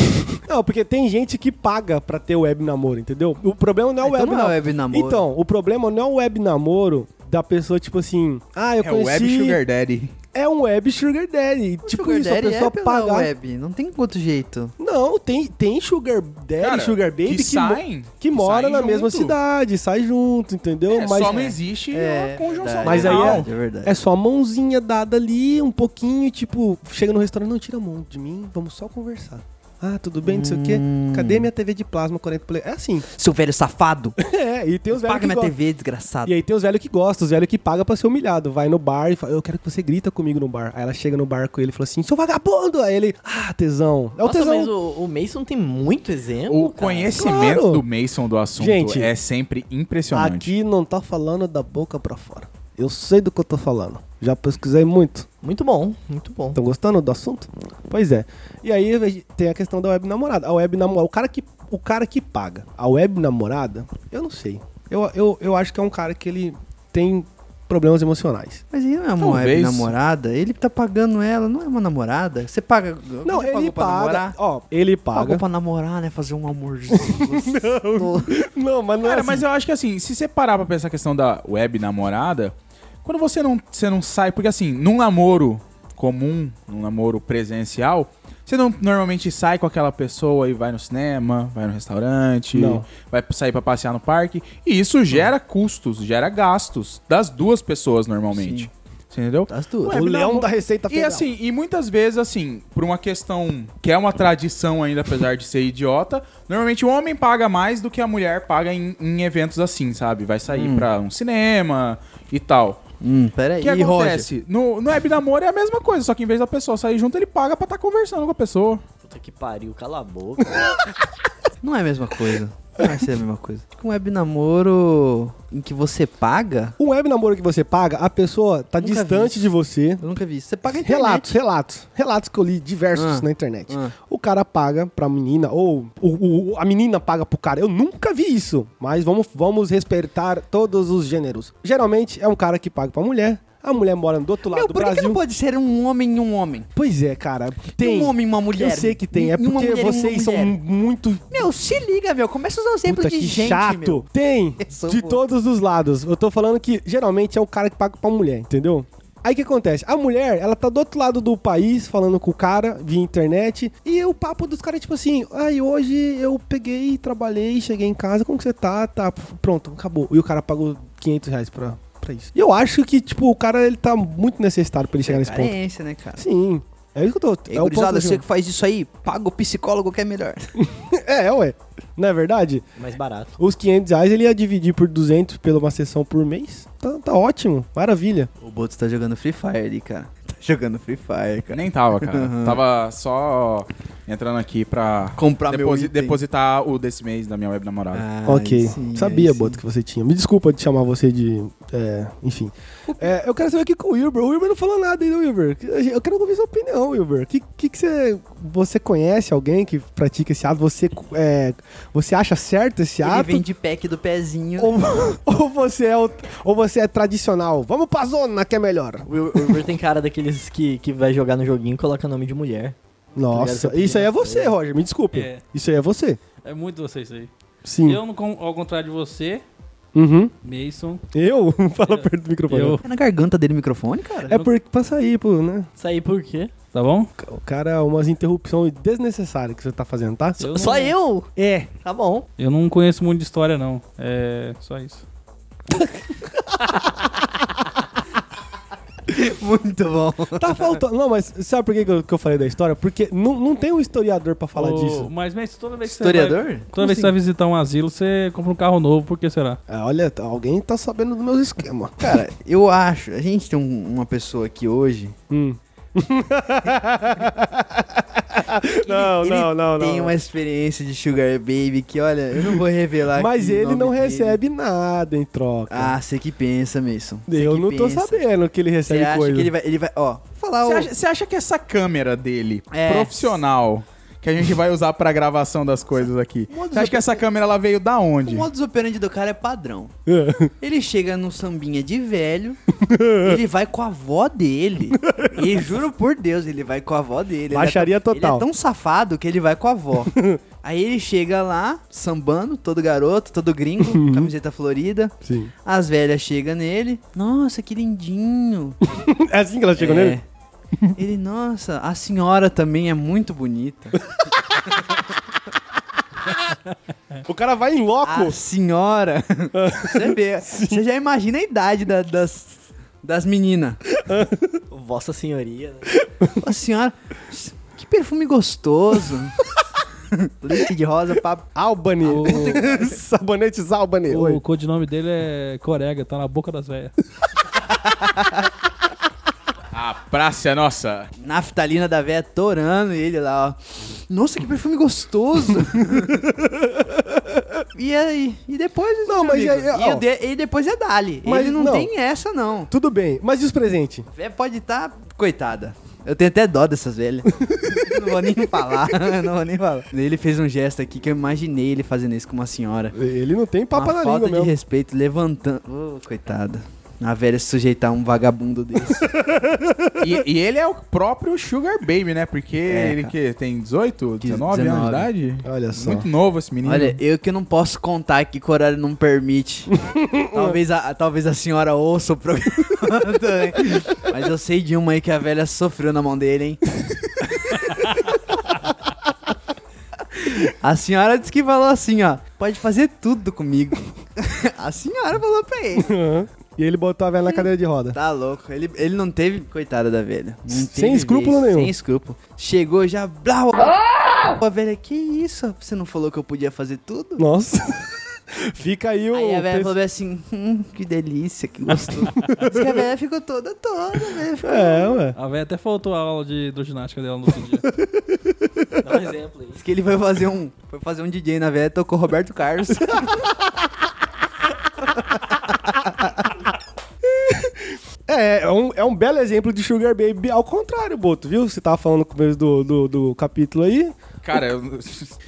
Speaker 2: Não, porque tem gente que paga pra ter web namoro, entendeu? O problema não é o
Speaker 6: Então
Speaker 2: web,
Speaker 6: não é
Speaker 2: namoro.
Speaker 6: web namoro.
Speaker 2: Então, o problema não é o web namoro da pessoa, tipo assim, ah, eu
Speaker 5: é o
Speaker 2: conheci...
Speaker 5: Web Sugar Daddy.
Speaker 2: É um web sugar daddy.
Speaker 6: O
Speaker 2: tipo
Speaker 6: Sugar
Speaker 2: isso, a
Speaker 6: Daddy
Speaker 2: pessoa
Speaker 6: é pela
Speaker 2: pagar...
Speaker 6: web, não tem outro jeito.
Speaker 2: Não, tem, tem sugar daddy,
Speaker 5: Cara,
Speaker 2: sugar baby
Speaker 5: que
Speaker 2: que, mo-
Speaker 5: saem,
Speaker 2: que
Speaker 5: que
Speaker 2: mora
Speaker 5: saem
Speaker 2: na mesma
Speaker 5: junto.
Speaker 2: cidade, sai junto, entendeu?
Speaker 5: É, só não existe a conjunção
Speaker 6: verdade,
Speaker 2: Mas aí é-
Speaker 5: carnal.
Speaker 6: verdade, é verdade.
Speaker 2: É só a mãozinha dada ali, um pouquinho, tipo, chega no restaurante, não tira a mão de mim, vamos só conversar. Ah, tudo bem, não sei o quê. Cadê minha TV de plasma 40 play? É assim.
Speaker 6: Seu velho safado,
Speaker 2: É, e tem os velhos
Speaker 6: paga
Speaker 2: que
Speaker 6: minha
Speaker 2: gostam.
Speaker 6: TV, desgraçado.
Speaker 2: E aí tem os velhos que gostam, os velhos que pagam pra ser humilhado. Vai no bar e fala, eu quero que você grita comigo no bar. Aí ela chega no bar com ele e fala assim, seu vagabundo! Aí ele, ah, tesão. É o
Speaker 4: Nossa,
Speaker 2: tesão.
Speaker 4: mas o, o Mason tem muito exemplo,
Speaker 5: O
Speaker 4: cara.
Speaker 5: conhecimento
Speaker 2: Claro.
Speaker 5: do Mason do assunto
Speaker 2: Gente,
Speaker 5: é sempre impressionante.
Speaker 2: Aqui não tá falando da boca pra fora. Eu sei do que eu tô falando. Já pesquisei muito.
Speaker 4: Muito bom, muito bom.
Speaker 2: Estão gostando do assunto? Pois é. E aí a gente tem a questão da web namorada. A web namorada, o cara que, o cara que paga a web namorada, eu não sei. Eu, eu, eu acho que é um cara que ele tem problemas emocionais.
Speaker 6: Mas ele não é uma
Speaker 5: Talvez.
Speaker 6: web namorada, ele tá pagando ela, não é uma namorada. Você paga.
Speaker 2: Não,
Speaker 6: você
Speaker 2: ele
Speaker 6: pagou pra
Speaker 2: paga.
Speaker 6: namorar?
Speaker 2: Ó, ele paga.
Speaker 6: Pagou pra namorar, né? Fazer um amorzinho. gostoso.
Speaker 2: Não, mas não
Speaker 5: Cara,
Speaker 2: é
Speaker 5: mas eu acho que assim, se você parar pra pensar a questão da web namorada, quando você não, você não sai, porque assim, num namoro comum, num namoro presencial, você não normalmente sai com aquela pessoa e vai no cinema, vai no restaurante,
Speaker 2: Não.
Speaker 5: vai sair pra passear no parque, e isso gera custos, gera gastos das duas pessoas normalmente. Você entendeu?
Speaker 4: Tá
Speaker 6: As duas.
Speaker 5: Ué,
Speaker 2: O
Speaker 5: web
Speaker 2: leão
Speaker 5: namoro-
Speaker 2: da Receita
Speaker 5: E
Speaker 2: Federal.
Speaker 5: assim, e muitas vezes, assim, por uma questão que é uma tradição ainda, apesar de ser idiota, normalmente o homem paga mais do que a mulher paga em, em eventos assim, sabe? Vai sair
Speaker 2: Hum.
Speaker 5: pra um cinema e tal.
Speaker 6: Hum, peraí,
Speaker 5: O que acontece? No, no web namoro é a mesma coisa, só que em vez da pessoa sair junto, ele paga pra tá estar conversando com a pessoa.
Speaker 4: Puta que pariu, cala a boca.
Speaker 6: Não é a mesma coisa.
Speaker 4: Não vai ser a mesma coisa. Um web namoro em que você paga?
Speaker 2: O web namoro que você paga, a pessoa tá
Speaker 4: Nunca vi
Speaker 2: distante
Speaker 4: isso.
Speaker 2: de você.
Speaker 4: Eu nunca vi isso. Você paga a internet.
Speaker 2: Relatos, relatos. Relatos que eu li diversos
Speaker 4: Ah.
Speaker 2: na internet.
Speaker 4: Ah.
Speaker 2: O cara paga pra menina, ou o- o- a menina paga pro cara. Eu nunca vi isso, mas vamos, vamos respeitar todos os gêneros. Geralmente é um cara que paga pra mulher, a mulher mora do outro lado
Speaker 6: Meu,
Speaker 2: do
Speaker 6: por que que
Speaker 2: Brasil.
Speaker 6: não pode ser um homem e um homem?
Speaker 2: Pois é, cara. Tem.
Speaker 6: Um homem e uma mulher. Um
Speaker 2: Eu sei que tem, é
Speaker 6: E
Speaker 2: porque
Speaker 6: uma mulher e uma
Speaker 2: vocês são
Speaker 6: mulher.
Speaker 2: muito
Speaker 6: Meu, se liga, meu. Começa a usar o exemplo
Speaker 2: Puta,
Speaker 6: de
Speaker 2: que
Speaker 6: gente,
Speaker 2: chato.
Speaker 6: meu.
Speaker 2: Tem,
Speaker 6: Eu sou
Speaker 2: de
Speaker 6: boa.
Speaker 2: todos os lados. Eu tô falando que geralmente é o cara que paga pra mulher, entendeu? Aí o que acontece? A mulher, ela tá do outro lado do país, falando com o cara via internet, e o papo dos caras é tipo assim: ai, hoje eu peguei, trabalhei, cheguei em casa, como que você tá? Tá, pronto, acabou. E o cara pagou 500 reais pra, pra isso. E eu acho que, tipo, o cara, ele tá muito necessitado pra ele chegar nesse ponto.
Speaker 6: Carência, né, cara? assim?
Speaker 2: Sim. É isso que eu tô.
Speaker 6: Ei,
Speaker 2: é o ponto
Speaker 6: gurizada,
Speaker 2: do
Speaker 6: você
Speaker 2: jogo.
Speaker 6: que faz isso aí, paga o psicólogo que é melhor.
Speaker 2: É, ué. Não é verdade?
Speaker 4: Mais barato.
Speaker 2: Os 500 reais ele ia dividir por 200 pela uma sessão por mês. Tá, tá ótimo, maravilha.
Speaker 6: O Boto tá jogando Free Fire ali, cara. Tá jogando Free Fire, cara.
Speaker 5: Nem tava, cara.
Speaker 6: Uhum.
Speaker 5: Tava só entrando aqui pra
Speaker 6: Comprar meu
Speaker 5: deposi-
Speaker 6: item.
Speaker 5: depositar o desse mês da minha web namorada.
Speaker 6: Ah,
Speaker 2: ok.
Speaker 6: aí sim,
Speaker 2: Sabia,
Speaker 6: aí sim.
Speaker 2: Boto, que você tinha. Me desculpa de chamar você de. é, enfim. É, eu quero saber aqui com o Wilber. O Wilber não falou nada ainda, Wilber. Eu quero ouvir sua opinião, Wilber. O que, que, que você. Você conhece alguém que pratica esse ato? Você, é, você acha certo esse
Speaker 4: Ele
Speaker 2: ato?
Speaker 4: vem de pack do pezinho.
Speaker 2: Ou, ou você é, o- ou você é tradicional? Vamos pra zona que é melhor.
Speaker 4: O Will- o Will tem cara daqueles que, que vai jogar no joguinho e coloca nome de mulher.
Speaker 2: Nossa,
Speaker 4: Obrigado,
Speaker 2: isso aí é você,
Speaker 4: opinião.
Speaker 2: Roger. Me desculpe.
Speaker 3: É.
Speaker 2: Isso aí é você.
Speaker 3: É muito você isso aí.
Speaker 2: Sim.
Speaker 3: Eu, não con- ao contrário de você,
Speaker 2: Uhum.
Speaker 3: Mason,
Speaker 2: Eu? Fala perto do microfone.
Speaker 3: eu.
Speaker 6: É na garganta dele o microfone, cara?
Speaker 2: É porque pra sair, pô, né?
Speaker 4: Sair por quê?
Speaker 3: Tá bom?
Speaker 2: O cara, umas interrupções desnecessárias que você tá fazendo, tá?
Speaker 3: Eu não-
Speaker 4: Só eu?
Speaker 2: É.
Speaker 4: Tá bom.
Speaker 3: Eu não conheço muito de história, não. É só isso.
Speaker 6: Muito bom.
Speaker 2: Tá faltando. Não, mas sabe por que que eu, que eu falei da história? Porque não, não tem um historiador pra falar
Speaker 3: Ô,
Speaker 2: disso. assim?
Speaker 3: Mas, Mason, toda vez que você vai...
Speaker 6: Historiador?
Speaker 3: Toda vez que você vai visitar um asilo, você compra um carro novo, por que será?
Speaker 2: Ah, olha, tá- alguém tá sabendo dos meus esquemas.
Speaker 6: Cara, eu acho. A gente tem um- uma pessoa aqui hoje.
Speaker 2: Hum. não,
Speaker 6: ele
Speaker 2: não, não,
Speaker 6: tem
Speaker 2: não.
Speaker 6: uma experiência de Sugar Baby que, olha, eu não vou revelar
Speaker 2: Mas
Speaker 6: aqui o
Speaker 2: ele
Speaker 6: nome
Speaker 2: não
Speaker 6: dele.
Speaker 2: recebe nada em troca.
Speaker 6: Ah, você que pensa, Mason. Você
Speaker 2: eu
Speaker 6: que
Speaker 2: não tô
Speaker 6: pensa.
Speaker 2: sabendo que ele
Speaker 6: Você
Speaker 2: recebe
Speaker 6: acha
Speaker 2: coisa.
Speaker 6: que ele vai. Ele vai. Ó, falar
Speaker 5: Você
Speaker 6: o.
Speaker 5: acha, você acha que essa câmera dele,
Speaker 6: É.
Speaker 5: profissional, que a gente vai usar pra gravação das coisas aqui,
Speaker 6: Modus
Speaker 5: você acha que essa câmera ela veio da
Speaker 6: O
Speaker 5: onde?
Speaker 6: modus operandi do cara é padrão.
Speaker 2: É.
Speaker 6: Ele chega num sambinha de velho, ele vai com a avó dele. E juro por Deus, ele vai com a avó dele. Ele é
Speaker 2: Baixaria
Speaker 6: tão-
Speaker 2: total.
Speaker 6: Ele é tão safado que ele vai com a avó. Aí ele chega lá, sambando, todo garoto, todo
Speaker 2: Uhum.
Speaker 6: gringo, camiseta florida.
Speaker 2: Sim.
Speaker 6: As velhas chegam nele. Nossa, que lindinho.
Speaker 2: É assim que ela chegou
Speaker 6: É.
Speaker 2: nele?
Speaker 6: Ele, nossa, a senhora também é muito bonita.
Speaker 2: O cara vai em loco.
Speaker 6: A senhora. Você vê. Você já imagina a idade da- das, das meninas.
Speaker 4: Vossa senhoria. né?
Speaker 6: Ô, senhora, que perfume gostoso. Leite de rosa, papo.
Speaker 2: Albany.
Speaker 3: O,
Speaker 2: Sabonetes Albany.
Speaker 3: o
Speaker 2: Oi.
Speaker 3: codinome dele é Corega, tá na boca das velhas.
Speaker 5: A praça é nossa.
Speaker 6: Naftalina da véia torando ele lá, ó. Nossa, que perfume gostoso. e aí? E depois,
Speaker 2: Não,
Speaker 6: meu
Speaker 2: mas
Speaker 6: amigo?
Speaker 2: aí, ó.
Speaker 6: e, o de- e depois é Dali.
Speaker 2: Mas
Speaker 6: ele não,
Speaker 2: não.
Speaker 6: tem essa, não.
Speaker 2: Tudo bem, mas e os presentes?
Speaker 6: A véia pode estar... Coitada. Eu tenho até dó dessas velhas. não vou nem falar, não vou nem falar. Ele fez um gesto aqui que eu imaginei ele fazendo isso com uma senhora.
Speaker 2: Ele não tem papo
Speaker 6: uma
Speaker 2: na
Speaker 6: falta
Speaker 2: língua
Speaker 6: de
Speaker 2: mesmo.
Speaker 6: respeito, levantando. Ô, coitada. A velha se sujeitar a um vagabundo desse.
Speaker 5: E, e ele é o próprio Sugar Baby, né? Porque
Speaker 6: É,
Speaker 5: ele
Speaker 6: cara.
Speaker 5: que tem 18, 19, anos de
Speaker 6: 19.
Speaker 5: idade?
Speaker 2: Olha só.
Speaker 5: Muito novo esse menino.
Speaker 6: Olha, eu que não posso contar aqui que o horário não permite. talvez, a, talvez a senhora ouça o programa também. Mas eu sei de uma aí que a velha sofreu na mão dele, hein? A senhora disse que falou assim, ó. Pode fazer tudo comigo. A senhora falou pra ele.
Speaker 2: Aham. E ele botou a velha na cadeira de roda.
Speaker 6: Tá louco. Ele, ele não teve. Coitada da velha. Não
Speaker 2: Sem
Speaker 6: teve
Speaker 2: escrúpulo
Speaker 6: vez,
Speaker 2: nenhum.
Speaker 6: Sem escrúpulo. Chegou já. Blá, blá, blá. A velha, que isso? Você não falou que eu podia fazer tudo?
Speaker 2: Nossa. Fica aí o.
Speaker 4: Aí a velha
Speaker 2: pens-
Speaker 4: falou assim, hum, que delícia, que gostoso. Diz que a velha ficou toda, toda, né? velho. Ficou...
Speaker 2: É, ué.
Speaker 3: A velha até faltou a aula de hidroginástica dela no outro dia. Dá um exemplo aí.
Speaker 6: Diz que ele foi fazer um, foi fazer um DJ na velha, tocou Roberto Carlos.
Speaker 2: É, é um, é um belo exemplo de Sugar Baby ao contrário, Boto, viu? Você tava falando no começo do, do, do capítulo aí.
Speaker 5: Cara, eu-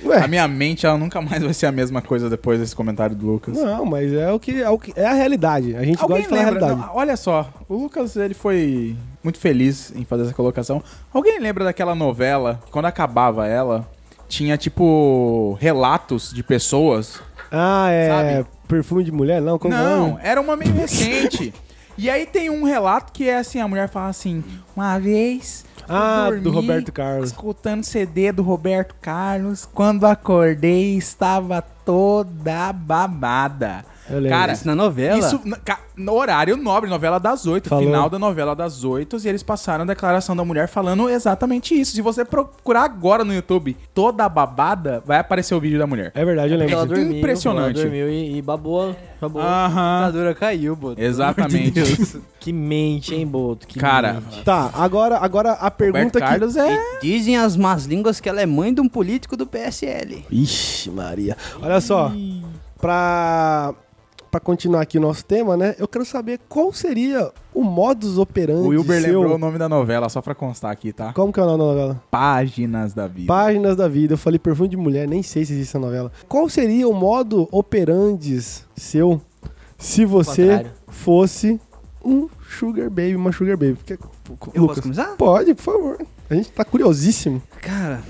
Speaker 2: Ué.
Speaker 5: a minha mente ela nunca mais vai ser a mesma coisa depois desse comentário do Lucas.
Speaker 2: Não, mas é o que é, o que, é a realidade. A gente gosta de falar a realidade.
Speaker 5: não, olha só, o Lucas ele foi muito feliz em fazer essa colocação. Alguém lembra daquela novela, que quando acabava ela, tinha tipo relatos de pessoas?
Speaker 2: Ah, é. Perfume de mulher? Não, como
Speaker 5: Não,
Speaker 2: é?
Speaker 5: era uma meio recente. E aí tem um relato que é assim, a mulher fala assim, uma vez eu
Speaker 2: Ah, do
Speaker 5: dormi
Speaker 2: Roberto Carlos.
Speaker 5: Escutando CD do Roberto Carlos, quando acordei estava toda babada.
Speaker 2: Eu lembro.
Speaker 5: Cara,
Speaker 6: Isso na novela.
Speaker 5: isso na- ca- no horário nobre, novela das oito,
Speaker 2: Falou.
Speaker 5: final da novela das oito, e eles passaram a declaração da mulher falando exatamente isso. Se você procurar agora no YouTube, toda babada, vai aparecer o vídeo da mulher.
Speaker 2: É verdade, eu lembro.
Speaker 4: Ela
Speaker 2: disso.
Speaker 4: dormiu,
Speaker 5: Impressionante.
Speaker 4: Ela dormiu e, e babou, babou.
Speaker 6: A
Speaker 5: Aham.
Speaker 6: ditadura caiu, Boto.
Speaker 5: Exatamente.
Speaker 6: Pelo amor de Deus.
Speaker 4: É. Que mente, hein, Boto? Que
Speaker 5: Cara,
Speaker 4: mente.
Speaker 2: Tá, agora, agora a pergunta
Speaker 5: Roberto
Speaker 2: que.
Speaker 5: Carlos é.
Speaker 6: E dizem as más línguas que ela é mãe de um político do PSL.
Speaker 2: Ixi, Maria. Olha só, pra, pra continuar aqui o nosso tema, né? Eu quero saber qual seria o modus operandi
Speaker 5: O Wilber
Speaker 2: seu...
Speaker 5: lembrou o nome da novela, só pra constar aqui, tá?
Speaker 2: Como que é o nome da novela?
Speaker 5: Páginas da Vida.
Speaker 2: Páginas da Vida. Eu falei Perfume de Mulher, nem sei se existe essa novela. Qual seria o modo operandes seu se você
Speaker 4: contrário.
Speaker 2: fosse um sugar baby, uma sugar baby? Porque,
Speaker 6: Eu
Speaker 2: Lucas,
Speaker 6: posso começar?
Speaker 2: pode, por favor. A gente tá curiosíssimo.
Speaker 6: Cara.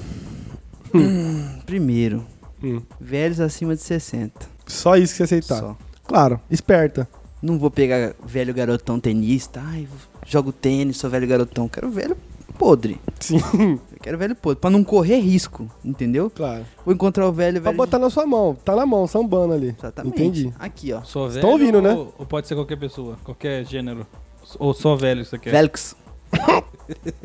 Speaker 6: hum, primeiro,
Speaker 2: Hum.
Speaker 6: velhos acima de 60.
Speaker 2: Só isso que você
Speaker 4: Tá.
Speaker 2: aceitar.
Speaker 6: Só.
Speaker 2: Claro, esperta.
Speaker 6: Não vou pegar velho garotão tenista. Ai, eu jogo tênis, sou velho garotão. Quero velho podre.
Speaker 2: Sim,
Speaker 6: Eu quero velho podre. Pra não correr risco, entendeu?
Speaker 2: claro.
Speaker 6: Vou encontrar o velho,
Speaker 2: Pra
Speaker 6: velho.
Speaker 2: botar na sua mão. Tá na mão, sambando ali.
Speaker 6: Exatamente.
Speaker 2: Entendi.
Speaker 6: Aqui, ó.
Speaker 3: Só velho.
Speaker 2: Estão ouvindo, né?
Speaker 3: Ou, ou pode ser qualquer pessoa, qualquer gênero. Ou só velho você quer.
Speaker 6: Velcos.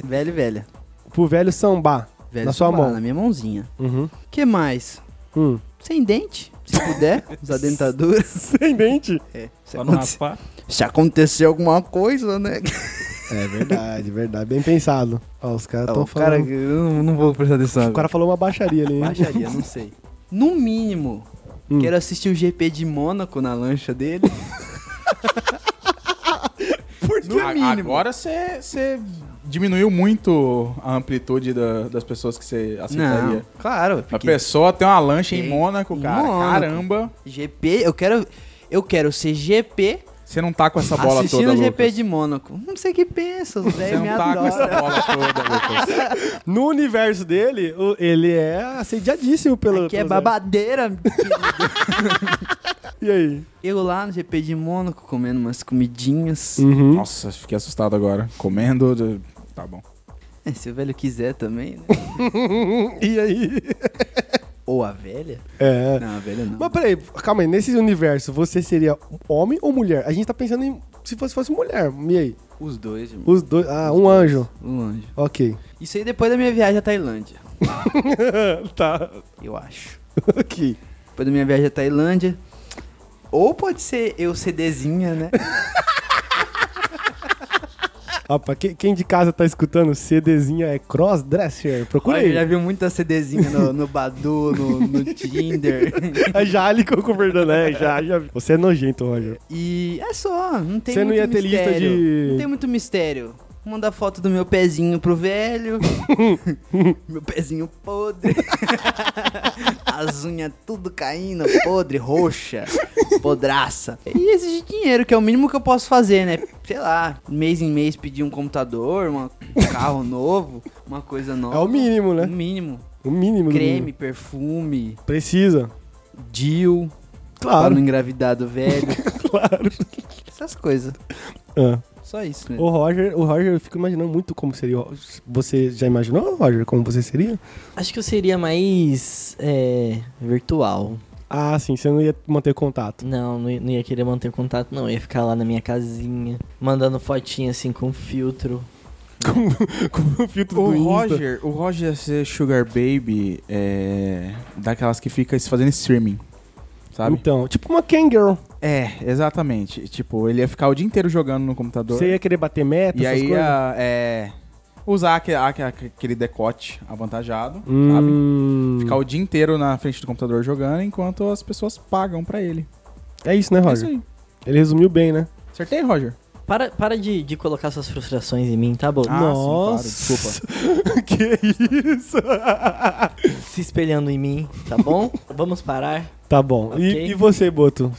Speaker 6: velho, e velha.
Speaker 2: Pro velho sambar.
Speaker 6: Velho
Speaker 2: Na sua
Speaker 6: suado,
Speaker 2: mão.
Speaker 6: Na minha mãozinha.
Speaker 2: Uhum.
Speaker 6: que mais?
Speaker 2: Hum.
Speaker 6: Sem dente, se puder, usar dentadura.
Speaker 2: Tem dente?
Speaker 6: É, se,
Speaker 3: Pra não
Speaker 6: aconte-
Speaker 3: raspar.
Speaker 6: se acontecer alguma coisa, né?
Speaker 2: É verdade, verdade. Bem pensado. Ó, os caras tão
Speaker 6: o cara,
Speaker 2: falando.
Speaker 6: eu não, não vou prestar atenção.
Speaker 2: O cara falou uma baixaria ali, hein?
Speaker 6: Baixaria, não sei. No mínimo,
Speaker 2: Hum.
Speaker 6: quero assistir o GP de Mônaco na lancha dele.
Speaker 5: No a- Agora você diminuiu muito a amplitude da- das pessoas que você aceitaria.
Speaker 6: Não, claro.
Speaker 5: A
Speaker 6: Porque
Speaker 5: pessoa tem uma lancha em
Speaker 6: Em-
Speaker 5: Mônaco,
Speaker 6: em
Speaker 5: cara.
Speaker 6: Mônaco.
Speaker 5: Caramba.
Speaker 6: GP, eu quero... Eu quero ser GP
Speaker 5: Você não tá com essa bola
Speaker 6: assistindo
Speaker 5: toda,
Speaker 6: o GP
Speaker 5: Lucas.
Speaker 6: de Mônaco. Não sei o que pensa, os
Speaker 5: Você
Speaker 6: velhos me
Speaker 5: não tá com essa
Speaker 6: adoram.
Speaker 5: bola toda, Lucas.
Speaker 2: No universo dele, o- ele é assediadíssimo pelo.
Speaker 6: Aqui é
Speaker 2: pelos-
Speaker 6: babadeira,
Speaker 2: E aí?
Speaker 6: Eu lá no GP de Mônaco, comendo umas comidinhas.
Speaker 5: Hum.
Speaker 2: Uhum.
Speaker 5: Nossa, fiquei assustado agora. Comendo. de- Tá bom.
Speaker 6: É, se o velho quiser também, né?
Speaker 2: E aí?
Speaker 6: Ou a velha?
Speaker 2: É.
Speaker 6: Não, a velha não.
Speaker 2: Mas peraí, calma aí. Nesse universo, você seria homem ou mulher? A gente tá pensando em. Se fosse, fosse mulher. E aí?
Speaker 6: Os dois, irmão.
Speaker 2: Os dois. Ah, um anjo.
Speaker 5: Hum.
Speaker 6: O anjo.
Speaker 2: Ok.
Speaker 6: Isso aí depois da minha viagem à Tailândia,
Speaker 2: tá.
Speaker 6: eu acho.
Speaker 2: Ok.
Speaker 6: Depois da minha viagem à Tailândia. Ou pode ser eu CDzinha, né?
Speaker 2: Opa, que- quem de casa tá escutando, CDzinha é Crossdresser. Procura
Speaker 6: Olha, eu já
Speaker 2: aí.
Speaker 6: vi muita CDzinha no, no Badu, no, no Tinder.
Speaker 2: A Jali conversando, né? Já, já. vi. Você é nojento, Roger.
Speaker 6: E é só, não tem
Speaker 2: Você não
Speaker 6: muito
Speaker 2: ia ter lista
Speaker 6: mistério.
Speaker 2: de-
Speaker 6: Não tem muito mistério. Manda foto do meu pezinho pro velho. meu pezinho podre. As unhas tudo caindo, podre, roxa, podraça. E exige dinheiro, que é o mínimo que eu posso fazer, né? Sei lá, mês em mês pedir um computador, uma- um carro novo, uma coisa nova.
Speaker 2: É o mínimo,
Speaker 6: O
Speaker 2: né?
Speaker 6: mínimo.
Speaker 2: O mínimo. do mínimo.
Speaker 6: Creme, perfume,
Speaker 2: Precisa.
Speaker 6: deal, pra
Speaker 2: Claro.
Speaker 6: não engravidar do velho.
Speaker 2: Claro.
Speaker 6: Essas coisas.
Speaker 5: É.
Speaker 2: Ah.
Speaker 6: Só isso, né?
Speaker 2: O Roger, o Roger, eu fico imaginando muito como seria. o- Você já imaginou, Roger, como você seria?
Speaker 4: Acho que eu seria mais é, virtual.
Speaker 2: Ah, sim, você não ia manter contato.
Speaker 4: Não, não ia, não ia querer manter contato, não. Eu ia ficar lá na minha casinha, mandando fotinha assim com filtro.
Speaker 2: Com o filtro
Speaker 5: O
Speaker 2: do Insta.
Speaker 5: Roger, o Roger ia ser Sugar Baby é, daquelas que fica fazendo streaming. sabe?
Speaker 2: Então, tipo uma Kangirl.
Speaker 5: É, exatamente. Tipo, ele ia ficar o dia inteiro jogando no computador.
Speaker 2: Você ia querer bater meta,
Speaker 5: e
Speaker 2: essas
Speaker 5: aí
Speaker 2: coisas?
Speaker 5: ia, é, usar aque- aque- aquele decote avantajado, sabe?
Speaker 2: Hum,
Speaker 5: Ficar o dia inteiro na frente do computador jogando enquanto as pessoas pagam pra ele.
Speaker 2: É isso, né,
Speaker 5: É isso
Speaker 2: Roger?
Speaker 5: aí.
Speaker 2: Ele resumiu bem, né?
Speaker 5: Acertei, Roger?
Speaker 4: Para, para de, de colocar suas frustrações em mim, tá bom?
Speaker 5: Ah,
Speaker 2: Nossa.
Speaker 5: sim, claro, desculpa.
Speaker 2: que isso?
Speaker 4: Se espelhando em mim, tá bom? Vamos parar.
Speaker 2: Tá bom.
Speaker 4: Ok.
Speaker 2: E, e você, Boto?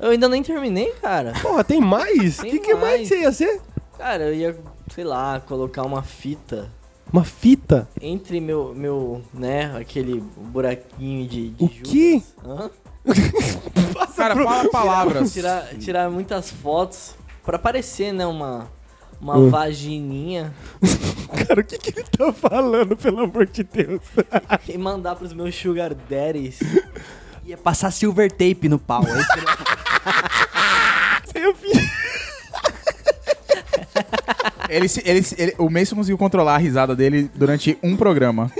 Speaker 4: Eu ainda nem terminei, cara.
Speaker 2: Porra, tem mais? O
Speaker 4: Tem
Speaker 2: que, que mais que
Speaker 4: mais.
Speaker 2: você ia ser?
Speaker 4: Cara, eu ia, sei lá, colocar uma fita
Speaker 2: Uma fita?
Speaker 4: entre meu, meu né, aquele buraquinho de, de
Speaker 2: O
Speaker 4: Judas.
Speaker 2: quê?
Speaker 4: Hã?
Speaker 5: Cara, fala palavras.
Speaker 4: Tirar, tirar muitas fotos pra parecer, né, uma, uma
Speaker 2: Hum.
Speaker 4: vagininha
Speaker 2: Cara, o que, que ele tá falando, pelo amor de Deus?
Speaker 4: e mandar pros meus sugar daddies.
Speaker 6: Ia passar silver tape no pau. Aí seria-
Speaker 5: Ele, se- ele, se- ele- o Mason conseguiu controlar a risada dele durante um programa.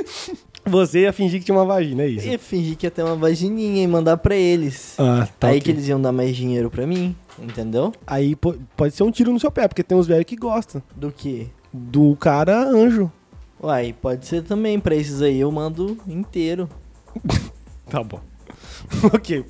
Speaker 2: Você ia fingir que tinha uma vagina, é isso?
Speaker 4: E fingir que ia ter uma vagininha e mandar pra eles.
Speaker 2: Ah, tá.
Speaker 4: Aí
Speaker 2: ok.
Speaker 4: que eles iam dar mais dinheiro pra mim, entendeu?
Speaker 2: Aí po- pode ser um tiro no seu pé, porque tem uns velhos que gostam.
Speaker 4: Do que?
Speaker 2: Do cara anjo.
Speaker 4: Uai, pode ser também, pra esses aí eu mando inteiro.
Speaker 2: Tá bom. ok.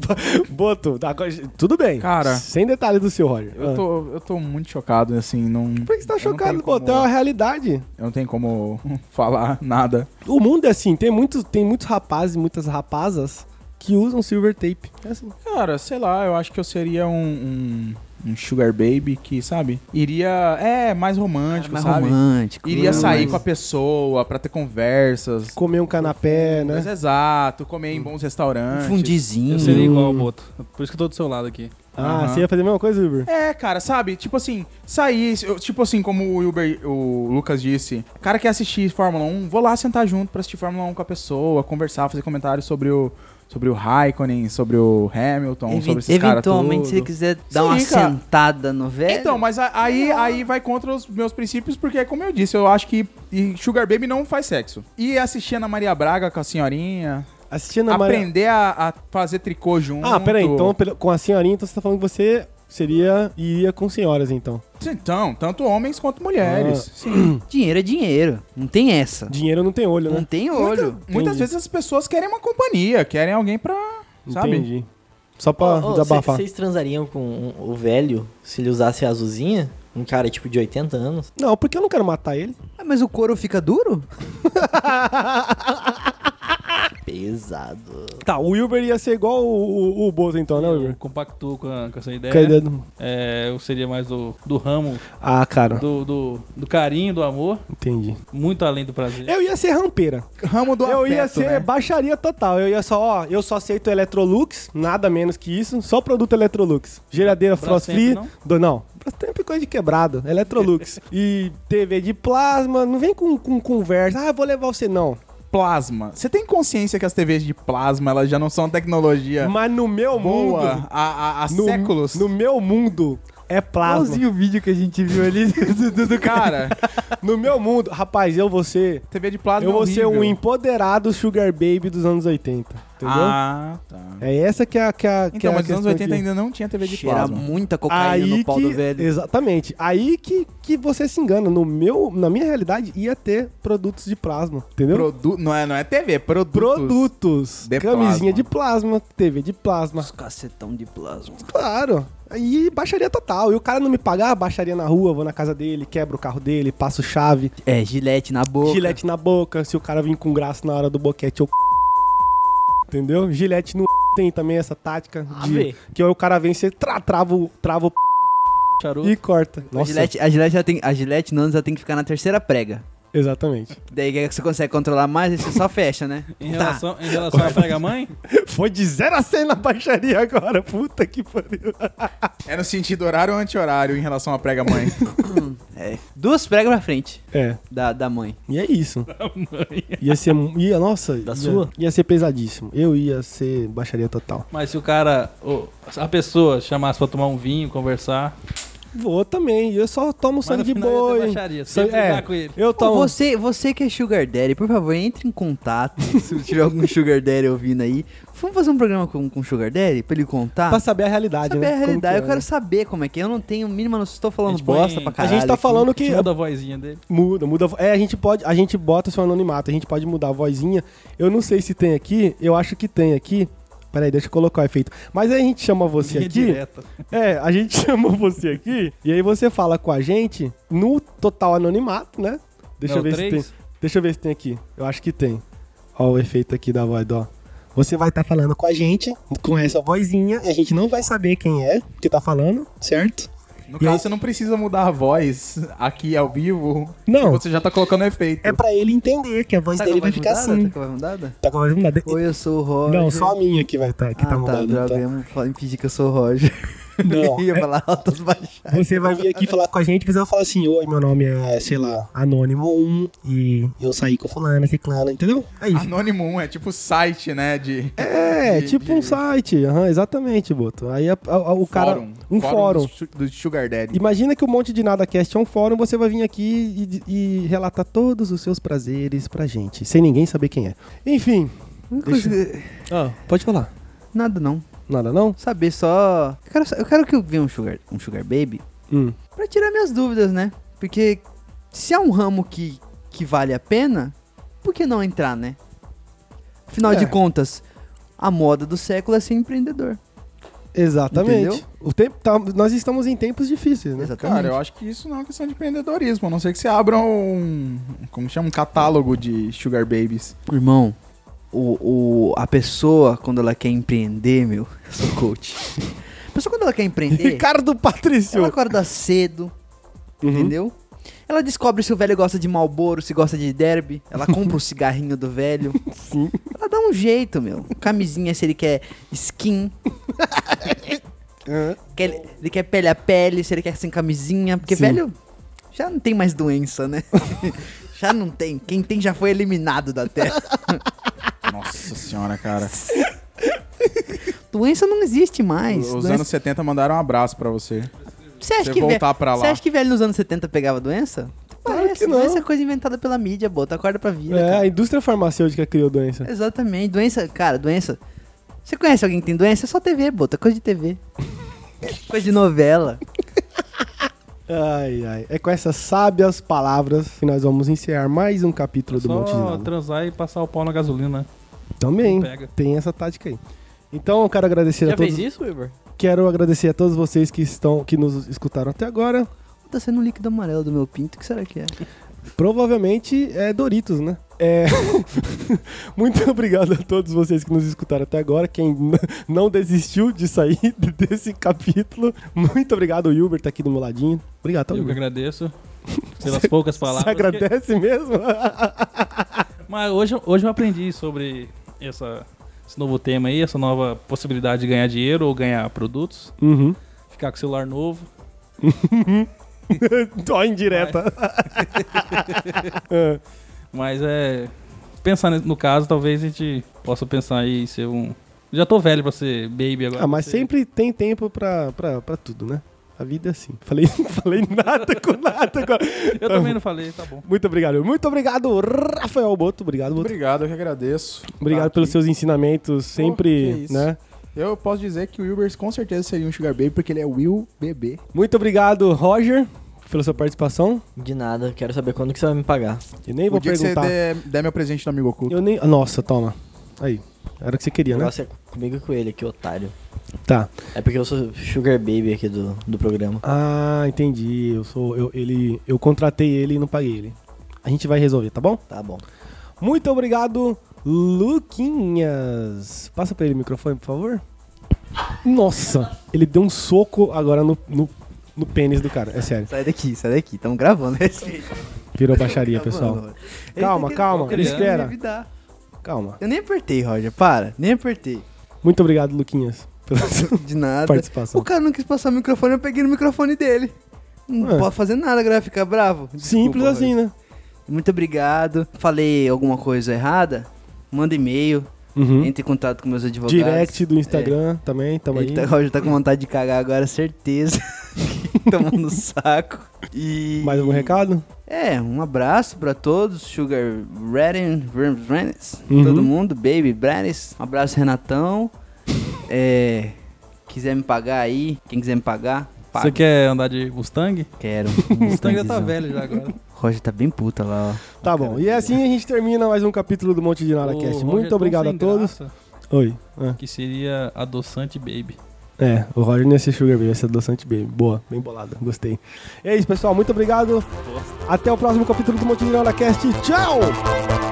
Speaker 2: Boto, agora- tudo bem.
Speaker 5: Cara.
Speaker 2: Sem detalhes do seu, Roger. Ah.
Speaker 5: Eu tô, eu tô muito chocado, assim, não...
Speaker 2: Por que você tá
Speaker 5: eu não
Speaker 2: chocado,
Speaker 5: tenho
Speaker 2: Boto? É
Speaker 5: como-
Speaker 2: uma realidade.
Speaker 5: Eu não tenho como falar nada.
Speaker 2: O mundo é assim, tem muitos, tem muitos rapazes e muitas rapazas que usam silver tape. É assim.
Speaker 5: Cara, sei lá, eu acho que eu seria um, um, um sugar baby que, sabe? Iria, é, mais romântico,
Speaker 6: mais
Speaker 5: sabe?
Speaker 6: romântico.
Speaker 5: Iria
Speaker 6: né?
Speaker 5: sair com a pessoa pra ter conversas.
Speaker 2: Comer um canapé, né?
Speaker 5: Mas exato, comer em bons
Speaker 6: Um
Speaker 5: restaurantes.
Speaker 6: fundizinho.
Speaker 3: Eu seria igual
Speaker 2: Hum.
Speaker 3: ao é Boto. Por isso que eu tô do seu lado aqui.
Speaker 2: Ah,
Speaker 5: Aham.
Speaker 2: você ia fazer a mesma coisa, Uber?
Speaker 5: É, cara, sabe? Tipo assim, sair, eu- tipo assim, como o Uber, o Lucas disse, cara quer assistir Fórmula 1, vou lá sentar junto pra assistir Fórmula 1 com a pessoa, conversar, fazer comentários sobre o sobre o Raikkonen, sobre o Hamilton,
Speaker 6: Evi-
Speaker 5: sobre esses caras
Speaker 6: eventualmente, se ele
Speaker 5: tudo.
Speaker 6: quiser dar uma
Speaker 5: Sim, cara.
Speaker 6: sentada no
Speaker 2: É,
Speaker 6: velho.
Speaker 5: Então, mas a- aí, aí vai contra os meus princípios, porque, como eu disse, eu acho que e Sugar Baby não faz sexo. E assistir Ana Maria Braga com a senhorinha,
Speaker 2: Assistindo a Maria...
Speaker 5: aprender a, a fazer tricô junto.
Speaker 2: Ah, peraí, então pelo- com a senhorinha, então você tá falando que você seria. iria com senhoras, então.
Speaker 5: Então, tanto homens quanto mulheres.
Speaker 2: Ah,
Speaker 5: Sim.
Speaker 6: Dinheiro é dinheiro. Não tem essa.
Speaker 2: Dinheiro não tem olho,
Speaker 6: Não
Speaker 2: né?
Speaker 6: tem olho.
Speaker 5: Muita- muitas vezes as pessoas querem uma companhia, querem alguém pra. Hum, Sabe?
Speaker 2: Entendi. Só pra
Speaker 4: Ô, ô,
Speaker 2: desabafar.
Speaker 4: cê- Vocês transariam com um- o velho se ele usasse a azulzinha? Um cara tipo de 80 anos?
Speaker 2: Não, porque eu não quero matar ele.
Speaker 6: Ah, mas o couro fica duro?
Speaker 4: Pesado.
Speaker 2: Tá, o Wilber ia ser igual o, o, o Boto, então, né,
Speaker 3: Eu
Speaker 2: Wilber?
Speaker 3: compactuo com, a- com
Speaker 2: Com
Speaker 3: essa
Speaker 2: a ideia
Speaker 3: ideia.
Speaker 2: do-
Speaker 3: É, eu seria mais do, do ramo,
Speaker 2: Ah, cara,
Speaker 3: do, do, do carinho, do amor,
Speaker 2: entendi.
Speaker 3: muito além do prazer.
Speaker 2: Eu ia ser rampeira.
Speaker 5: Ramo do
Speaker 2: eu ia
Speaker 5: afeto,
Speaker 2: ser
Speaker 5: né?
Speaker 2: baixaria total. Eu ia só, ó, eu só aceito Electrolux, nada menos que isso. Só produto Electrolux. Geladeira
Speaker 3: Brastemp,
Speaker 2: Frost Free.
Speaker 3: não?
Speaker 2: Do, não, Brastemp é coisa de quebrado. Electrolux. e TV de plasma. Não vem com, com conversa. Ah, vou levar você, não.
Speaker 5: Plasma. Você tem consciência que as TVs de plasma elas já não são tecnologia
Speaker 2: Mas no meu
Speaker 5: É. boa
Speaker 2: mundo.
Speaker 5: há, há- há
Speaker 2: No,
Speaker 5: séculos?
Speaker 2: no meu mundo. É plasma.
Speaker 6: o vídeo que a gente viu ali do,
Speaker 5: Cara,
Speaker 2: No meu mundo, rapaz, eu vou ser.
Speaker 5: TV de plasma
Speaker 2: Eu vou
Speaker 5: é
Speaker 2: ser um
Speaker 5: horrível.
Speaker 2: empoderado Sugar Baby dos anos 80. Entendeu?
Speaker 5: Ah, tá.
Speaker 2: É essa que é a. Que é a que é
Speaker 5: Então,
Speaker 2: a
Speaker 5: mas nos anos
Speaker 2: questão
Speaker 5: 80
Speaker 2: aqui.
Speaker 5: ainda não tinha TV de
Speaker 6: Cheira
Speaker 5: plasma.
Speaker 6: muita cocaína no pau
Speaker 2: que,
Speaker 6: do velho.
Speaker 2: Exatamente. Aí que, que você se engana. No meu, na minha realidade, ia ter produtos de plasma, entendeu?
Speaker 5: Produ não, é, não é TV, é produtos.
Speaker 2: produtos.
Speaker 5: de
Speaker 2: camisinha
Speaker 5: plasma.
Speaker 2: de plasma, TV de plasma.
Speaker 6: Os cacetão de plasma.
Speaker 2: Claro. Aí baixaria total. E o cara não me pagar, baixaria na rua, vou na casa dele, quebro o carro dele, passo chave,
Speaker 6: É, gilete na boca.
Speaker 2: gilete na boca. Se o cara vir com graça na hora do boquete, eu. Entendeu? Gilete no. Tem também essa tática de.
Speaker 4: vê.
Speaker 2: Que aí o cara vem, você tra, trava, o- trava o.
Speaker 3: Charuto.
Speaker 2: E corta.
Speaker 6: A gilete, a gilete já tem, a gilete não, já tem que ficar na terceira prega.
Speaker 2: Exatamente.
Speaker 6: Daí que você consegue controlar mais, aí você só fecha, né?
Speaker 3: Em
Speaker 2: Então tá.
Speaker 3: relação, em relação à prega-mãe,
Speaker 2: Foi de 0 a 100 na baixaria agora, puta que pariu.
Speaker 5: É no sentido horário ou anti-horário em relação à prega-mãe.
Speaker 6: É, duas pregas pra frente
Speaker 2: É,
Speaker 6: da, da mãe.
Speaker 2: e é isso. Ia ser. mu- Ia, nossa. Da ia,
Speaker 4: sua?
Speaker 2: Ia ser pesadíssimo. Eu ia ser baixaria total.
Speaker 3: mas se o cara, o- a pessoa chamasse pra tomar um vinho, conversar,
Speaker 2: Vou também. Eu só tomo
Speaker 3: Mas no
Speaker 2: sangue de
Speaker 3: final ia ter
Speaker 2: boi.
Speaker 3: baixaria, você
Speaker 2: Sangue-
Speaker 3: ia brigar
Speaker 2: é,
Speaker 3: com ele.
Speaker 2: Eu tomo.
Speaker 6: Você, você que é Sugar Daddy, por favor, entre em contato. se tiver algum Sugar Daddy ouvindo aí, vamos fazer um programa com o Sugar Daddy pra ele contar?
Speaker 2: Pra saber a realidade,
Speaker 6: saber
Speaker 2: né?
Speaker 6: a
Speaker 2: Como
Speaker 6: realidade,
Speaker 2: que é,
Speaker 6: eu quero
Speaker 2: né?
Speaker 6: saber como é que é. Eu não tenho mínima noção, estou
Speaker 3: A
Speaker 6: falando
Speaker 3: gente põe-
Speaker 6: bosta pra
Speaker 2: A
Speaker 6: caralho.
Speaker 2: gente tá
Speaker 6: aqui.
Speaker 2: falando
Speaker 3: Que
Speaker 2: que
Speaker 3: muda a vozinha dele.
Speaker 2: Muda, muda. É, a gente pode, a gente bota seu anonimato, a gente pode mudar a vozinha. Eu não sei se tem aqui, eu acho que tem aqui. Peraí, deixa eu colocar o efeito. Mas aí a gente chama você
Speaker 3: Linha
Speaker 2: aqui.
Speaker 3: direta.
Speaker 2: É, a gente chama você aqui e aí você fala com a gente no total anonimato, né? Deixa eu
Speaker 3: Não,
Speaker 2: ver
Speaker 3: É três?
Speaker 2: se tem. Deixa eu ver se tem aqui. Eu acho que tem. Ó o efeito aqui da voz, ó. Você vai estar falando com a gente, com essa vozinha, e a gente não vai saber quem é que tá falando, certo?
Speaker 5: No
Speaker 2: E aí-
Speaker 5: caso, você não precisa mudar a voz aqui ao vivo.
Speaker 2: Não.
Speaker 5: Você já tá colocando efeito.
Speaker 2: É pra ele entender que a voz
Speaker 6: Tá com a
Speaker 2: dele vai
Speaker 6: voz
Speaker 2: ficar
Speaker 6: mudada?
Speaker 2: assim.
Speaker 6: Tá com a voz mudada?
Speaker 2: Tá com a voz mudada.
Speaker 6: Oi, eu sou o Roger.
Speaker 2: Não, só a minha que vai estar, que
Speaker 6: ah,
Speaker 2: tá
Speaker 6: tá,
Speaker 2: mudada.
Speaker 6: droga,
Speaker 2: tá?
Speaker 6: eu ia falar- impedir que eu sou o Roger.
Speaker 2: Não.
Speaker 6: ia falar altas baixadas.
Speaker 2: Você vai vir aqui falar com a gente, você vai falar assim, oi, meu nome é, sei lá, Anônimo 1 e eu saí com fulano, ciclano, entendeu? É isso.
Speaker 5: Anônimo 1 é tipo site, né? De...
Speaker 2: É,
Speaker 5: de-
Speaker 2: tipo
Speaker 5: de-
Speaker 2: um site, aham, exatamente, Boto. Aí a- a- a- o cara...
Speaker 5: Fórum.
Speaker 2: Um fórum.
Speaker 5: do su- Do Sugar Daddy.
Speaker 2: Imagina que o Monte de Nada Cast é um fórum, você vai vir aqui e, e relatar todos os seus prazeres pra gente, sem ninguém saber quem é. Enfim, Deixa- pode falar.
Speaker 6: Nada não.
Speaker 2: Nada não?
Speaker 6: Saber só. Eu quero, sa- eu quero que eu venha um Sugar, um sugar Baby
Speaker 2: Hum.
Speaker 6: Pra tirar minhas dúvidas, né? Porque se é um ramo que, que vale a pena, por que não entrar, né? Afinal
Speaker 2: É.
Speaker 6: de contas, a moda do século é ser empreendedor.
Speaker 2: Exatamente.
Speaker 6: Entendeu?
Speaker 2: O tempo tá- nós estamos em tempos difíceis, né?
Speaker 6: Exatamente.
Speaker 5: Cara, eu acho que isso não é uma questão de empreendedorismo, a não ser que você abra um. Como chama? Um catálogo de Sugar Babies.
Speaker 6: Irmão, o, o, a pessoa, quando ela quer empreender, meu, eu sou coach. A pessoa, quando ela quer empreender,
Speaker 2: Ricardo Patrício.
Speaker 6: ela acorda cedo, entendeu? Ela descobre se o velho gosta de Malboro, se gosta de derby. Ela compra o cigarrinho do velho.
Speaker 2: Sim.
Speaker 6: Ela dá um jeito, meu. Camisinha se ele quer skin. Quer- ele quer pele a pele, se ele quer sem camisinha. Porque
Speaker 2: Sim.
Speaker 6: velho já não tem mais doença, né? já não tem. Quem tem já foi eliminado da terra.
Speaker 5: Nossa senhora, cara.
Speaker 6: doença não existe
Speaker 5: Os
Speaker 6: mais.
Speaker 2: é
Speaker 6: Doença-
Speaker 5: anos 70 mandaram um abraço pra você.
Speaker 6: Você acha
Speaker 5: Você
Speaker 6: que velho-
Speaker 5: voltar pra
Speaker 6: Você
Speaker 5: lá.
Speaker 6: acha que velho nos anos 70 pegava doença?
Speaker 2: Claro
Speaker 6: Parece,
Speaker 2: que não.
Speaker 6: Doença é coisa inventada pela mídia, bota acorda pra vida.
Speaker 2: É, a
Speaker 6: cara.
Speaker 2: indústria farmacêutica criou doença.
Speaker 6: Exatamente. Doença, cara, doença. Você conhece alguém que tem doença? É só TV, bota, coisa de TV. coisa de novela.
Speaker 2: Ai, ai. É com essas sábias palavras que nós vamos encerrar mais um capítulo do Monte de
Speaker 3: Só
Speaker 2: Nada.
Speaker 3: transar e passar o pau na gasolina.
Speaker 2: Também
Speaker 3: Pega.
Speaker 2: tem essa tática aí. Então eu quero agradecer a
Speaker 4: Já
Speaker 2: todos.
Speaker 4: fez isso, Igor?
Speaker 2: Quero agradecer a todos vocês que estão, que nos escutaram até agora.
Speaker 6: Tá sendo um líquido amarelo do meu pinto, o que será que é?
Speaker 2: Provavelmente é Doritos, né? É... Muito obrigado a todos vocês que nos escutaram até agora. Quem n- não desistiu de sair desse capítulo, muito obrigado. O Hilbert tá aqui do meu ladinho. Obrigado, tá,
Speaker 3: eu que
Speaker 2: Hilbert?
Speaker 3: agradeço pelas poucas palavras.
Speaker 2: Você agradece mesmo?
Speaker 3: que- Mas hoje, hoje eu aprendi sobre essa- esse novo tema aí, essa nova possibilidade de ganhar dinheiro ou ganhar produtos.
Speaker 2: uhum.
Speaker 3: Ficar com o celular novo.
Speaker 2: Tô indireta. É.
Speaker 3: Mas é. Pensar ne- no caso, talvez a gente possa pensar aí em ser um. Já tô velho pra ser baby agora.
Speaker 2: ah, mas
Speaker 3: Ser-
Speaker 2: sempre tem tempo pra, pra, pra tudo, né? A vida é assim. Falei, falei nada com nada agora.
Speaker 3: Eu também não falei, tá bom.
Speaker 2: Muito obrigado. Muito obrigado, Rafael Boto. Obrigado, Boto.
Speaker 5: Obrigado, eu que agradeço.
Speaker 2: Obrigado pelos
Speaker 5: seu.
Speaker 2: seus ensinamentos,
Speaker 5: que
Speaker 2: sempre,
Speaker 5: isso.
Speaker 2: né?
Speaker 5: Eu posso dizer que o Wilbers com certeza seria um Sugar Baby, porque ele é Will Bebê.
Speaker 2: Muito obrigado, Roger, pela sua participação.
Speaker 4: De nada, quero saber quando que você vai me pagar.
Speaker 2: Eu nem vou
Speaker 5: o dia
Speaker 2: perguntar.
Speaker 5: que você der, der meu presente no Amigo Oculto.
Speaker 2: Eu nem. Ah, Nossa, toma. Aí. Era o que você
Speaker 4: O
Speaker 2: queria, né?
Speaker 4: negócio é comigo e com ele aqui, otário.
Speaker 2: Tá.
Speaker 4: É porque eu sou sugar baby aqui do, do programa.
Speaker 2: Ah, entendi. Eu sou. Eu, ele, eu contratei ele e não paguei ele. A gente vai resolver, tá bom?
Speaker 4: Tá bom.
Speaker 2: Muito obrigado, Luquinhas. Passa pra ele o microfone, por favor. Nossa, ele deu um soco agora no, no, no pênis do cara. É sério.
Speaker 6: Sai daqui, sai daqui, tamo gravando. Respeita.
Speaker 2: Virou baixaria, pessoal.
Speaker 6: Mano,
Speaker 2: Calma,
Speaker 6: ele tá
Speaker 2: calma.
Speaker 3: querendo
Speaker 2: Espera.
Speaker 6: querendo me dar.
Speaker 2: Calma.
Speaker 6: Eu nem apertei, Roger, para, nem apertei.
Speaker 2: Muito obrigado, Luquinhas, pela sua
Speaker 6: De nada.
Speaker 2: participação.
Speaker 6: O cara não quis passar o microfone, eu peguei no microfone dele. Não
Speaker 2: É.
Speaker 6: pode fazer nada, agora vai ficar bravo. Desculpa,
Speaker 2: Simples assim,
Speaker 6: Roger.
Speaker 2: né?
Speaker 6: Muito obrigado. Falei alguma coisa errada? Manda e-mail,
Speaker 2: Uhum.
Speaker 6: entre em contato com meus advogados. é. Então,
Speaker 2: Direct do Instagram também, tamo aí.
Speaker 6: Ele tá, Roger tá com vontade de cagar agora, certeza. Tomando no saco. E.
Speaker 2: Mais algum recado?
Speaker 6: É, um abraço pra todos. Sugar Redden, Verms Rennes,
Speaker 2: Uhum.
Speaker 6: todo mundo, Baby Brannis. Um abraço, Renatão. é. Quiser me pagar aí, quem quiser me pagar, paga.
Speaker 3: Você quer andar de Mustang?
Speaker 6: Quero.
Speaker 3: Mustang já tá velho já agora.
Speaker 6: Roger tá bem puta lá, ó.
Speaker 2: Tá bom. E
Speaker 6: é.
Speaker 2: assim a gente termina mais um capítulo do Monte de Nada
Speaker 3: Ô,
Speaker 2: Cast.
Speaker 3: Roger,
Speaker 2: Muito
Speaker 3: tão
Speaker 2: obrigado
Speaker 3: sem
Speaker 2: a todos.
Speaker 3: graça,
Speaker 2: Oi. Ah.
Speaker 3: Que seria adoçante baby.
Speaker 2: É, o Roger não ia ser Sugar Baby, ia ser adoçante Baby. Boa, bem bolada, gostei. É isso, pessoal. Muito obrigado. Até o próximo capítulo do Monte de Nada Cast. Tchau!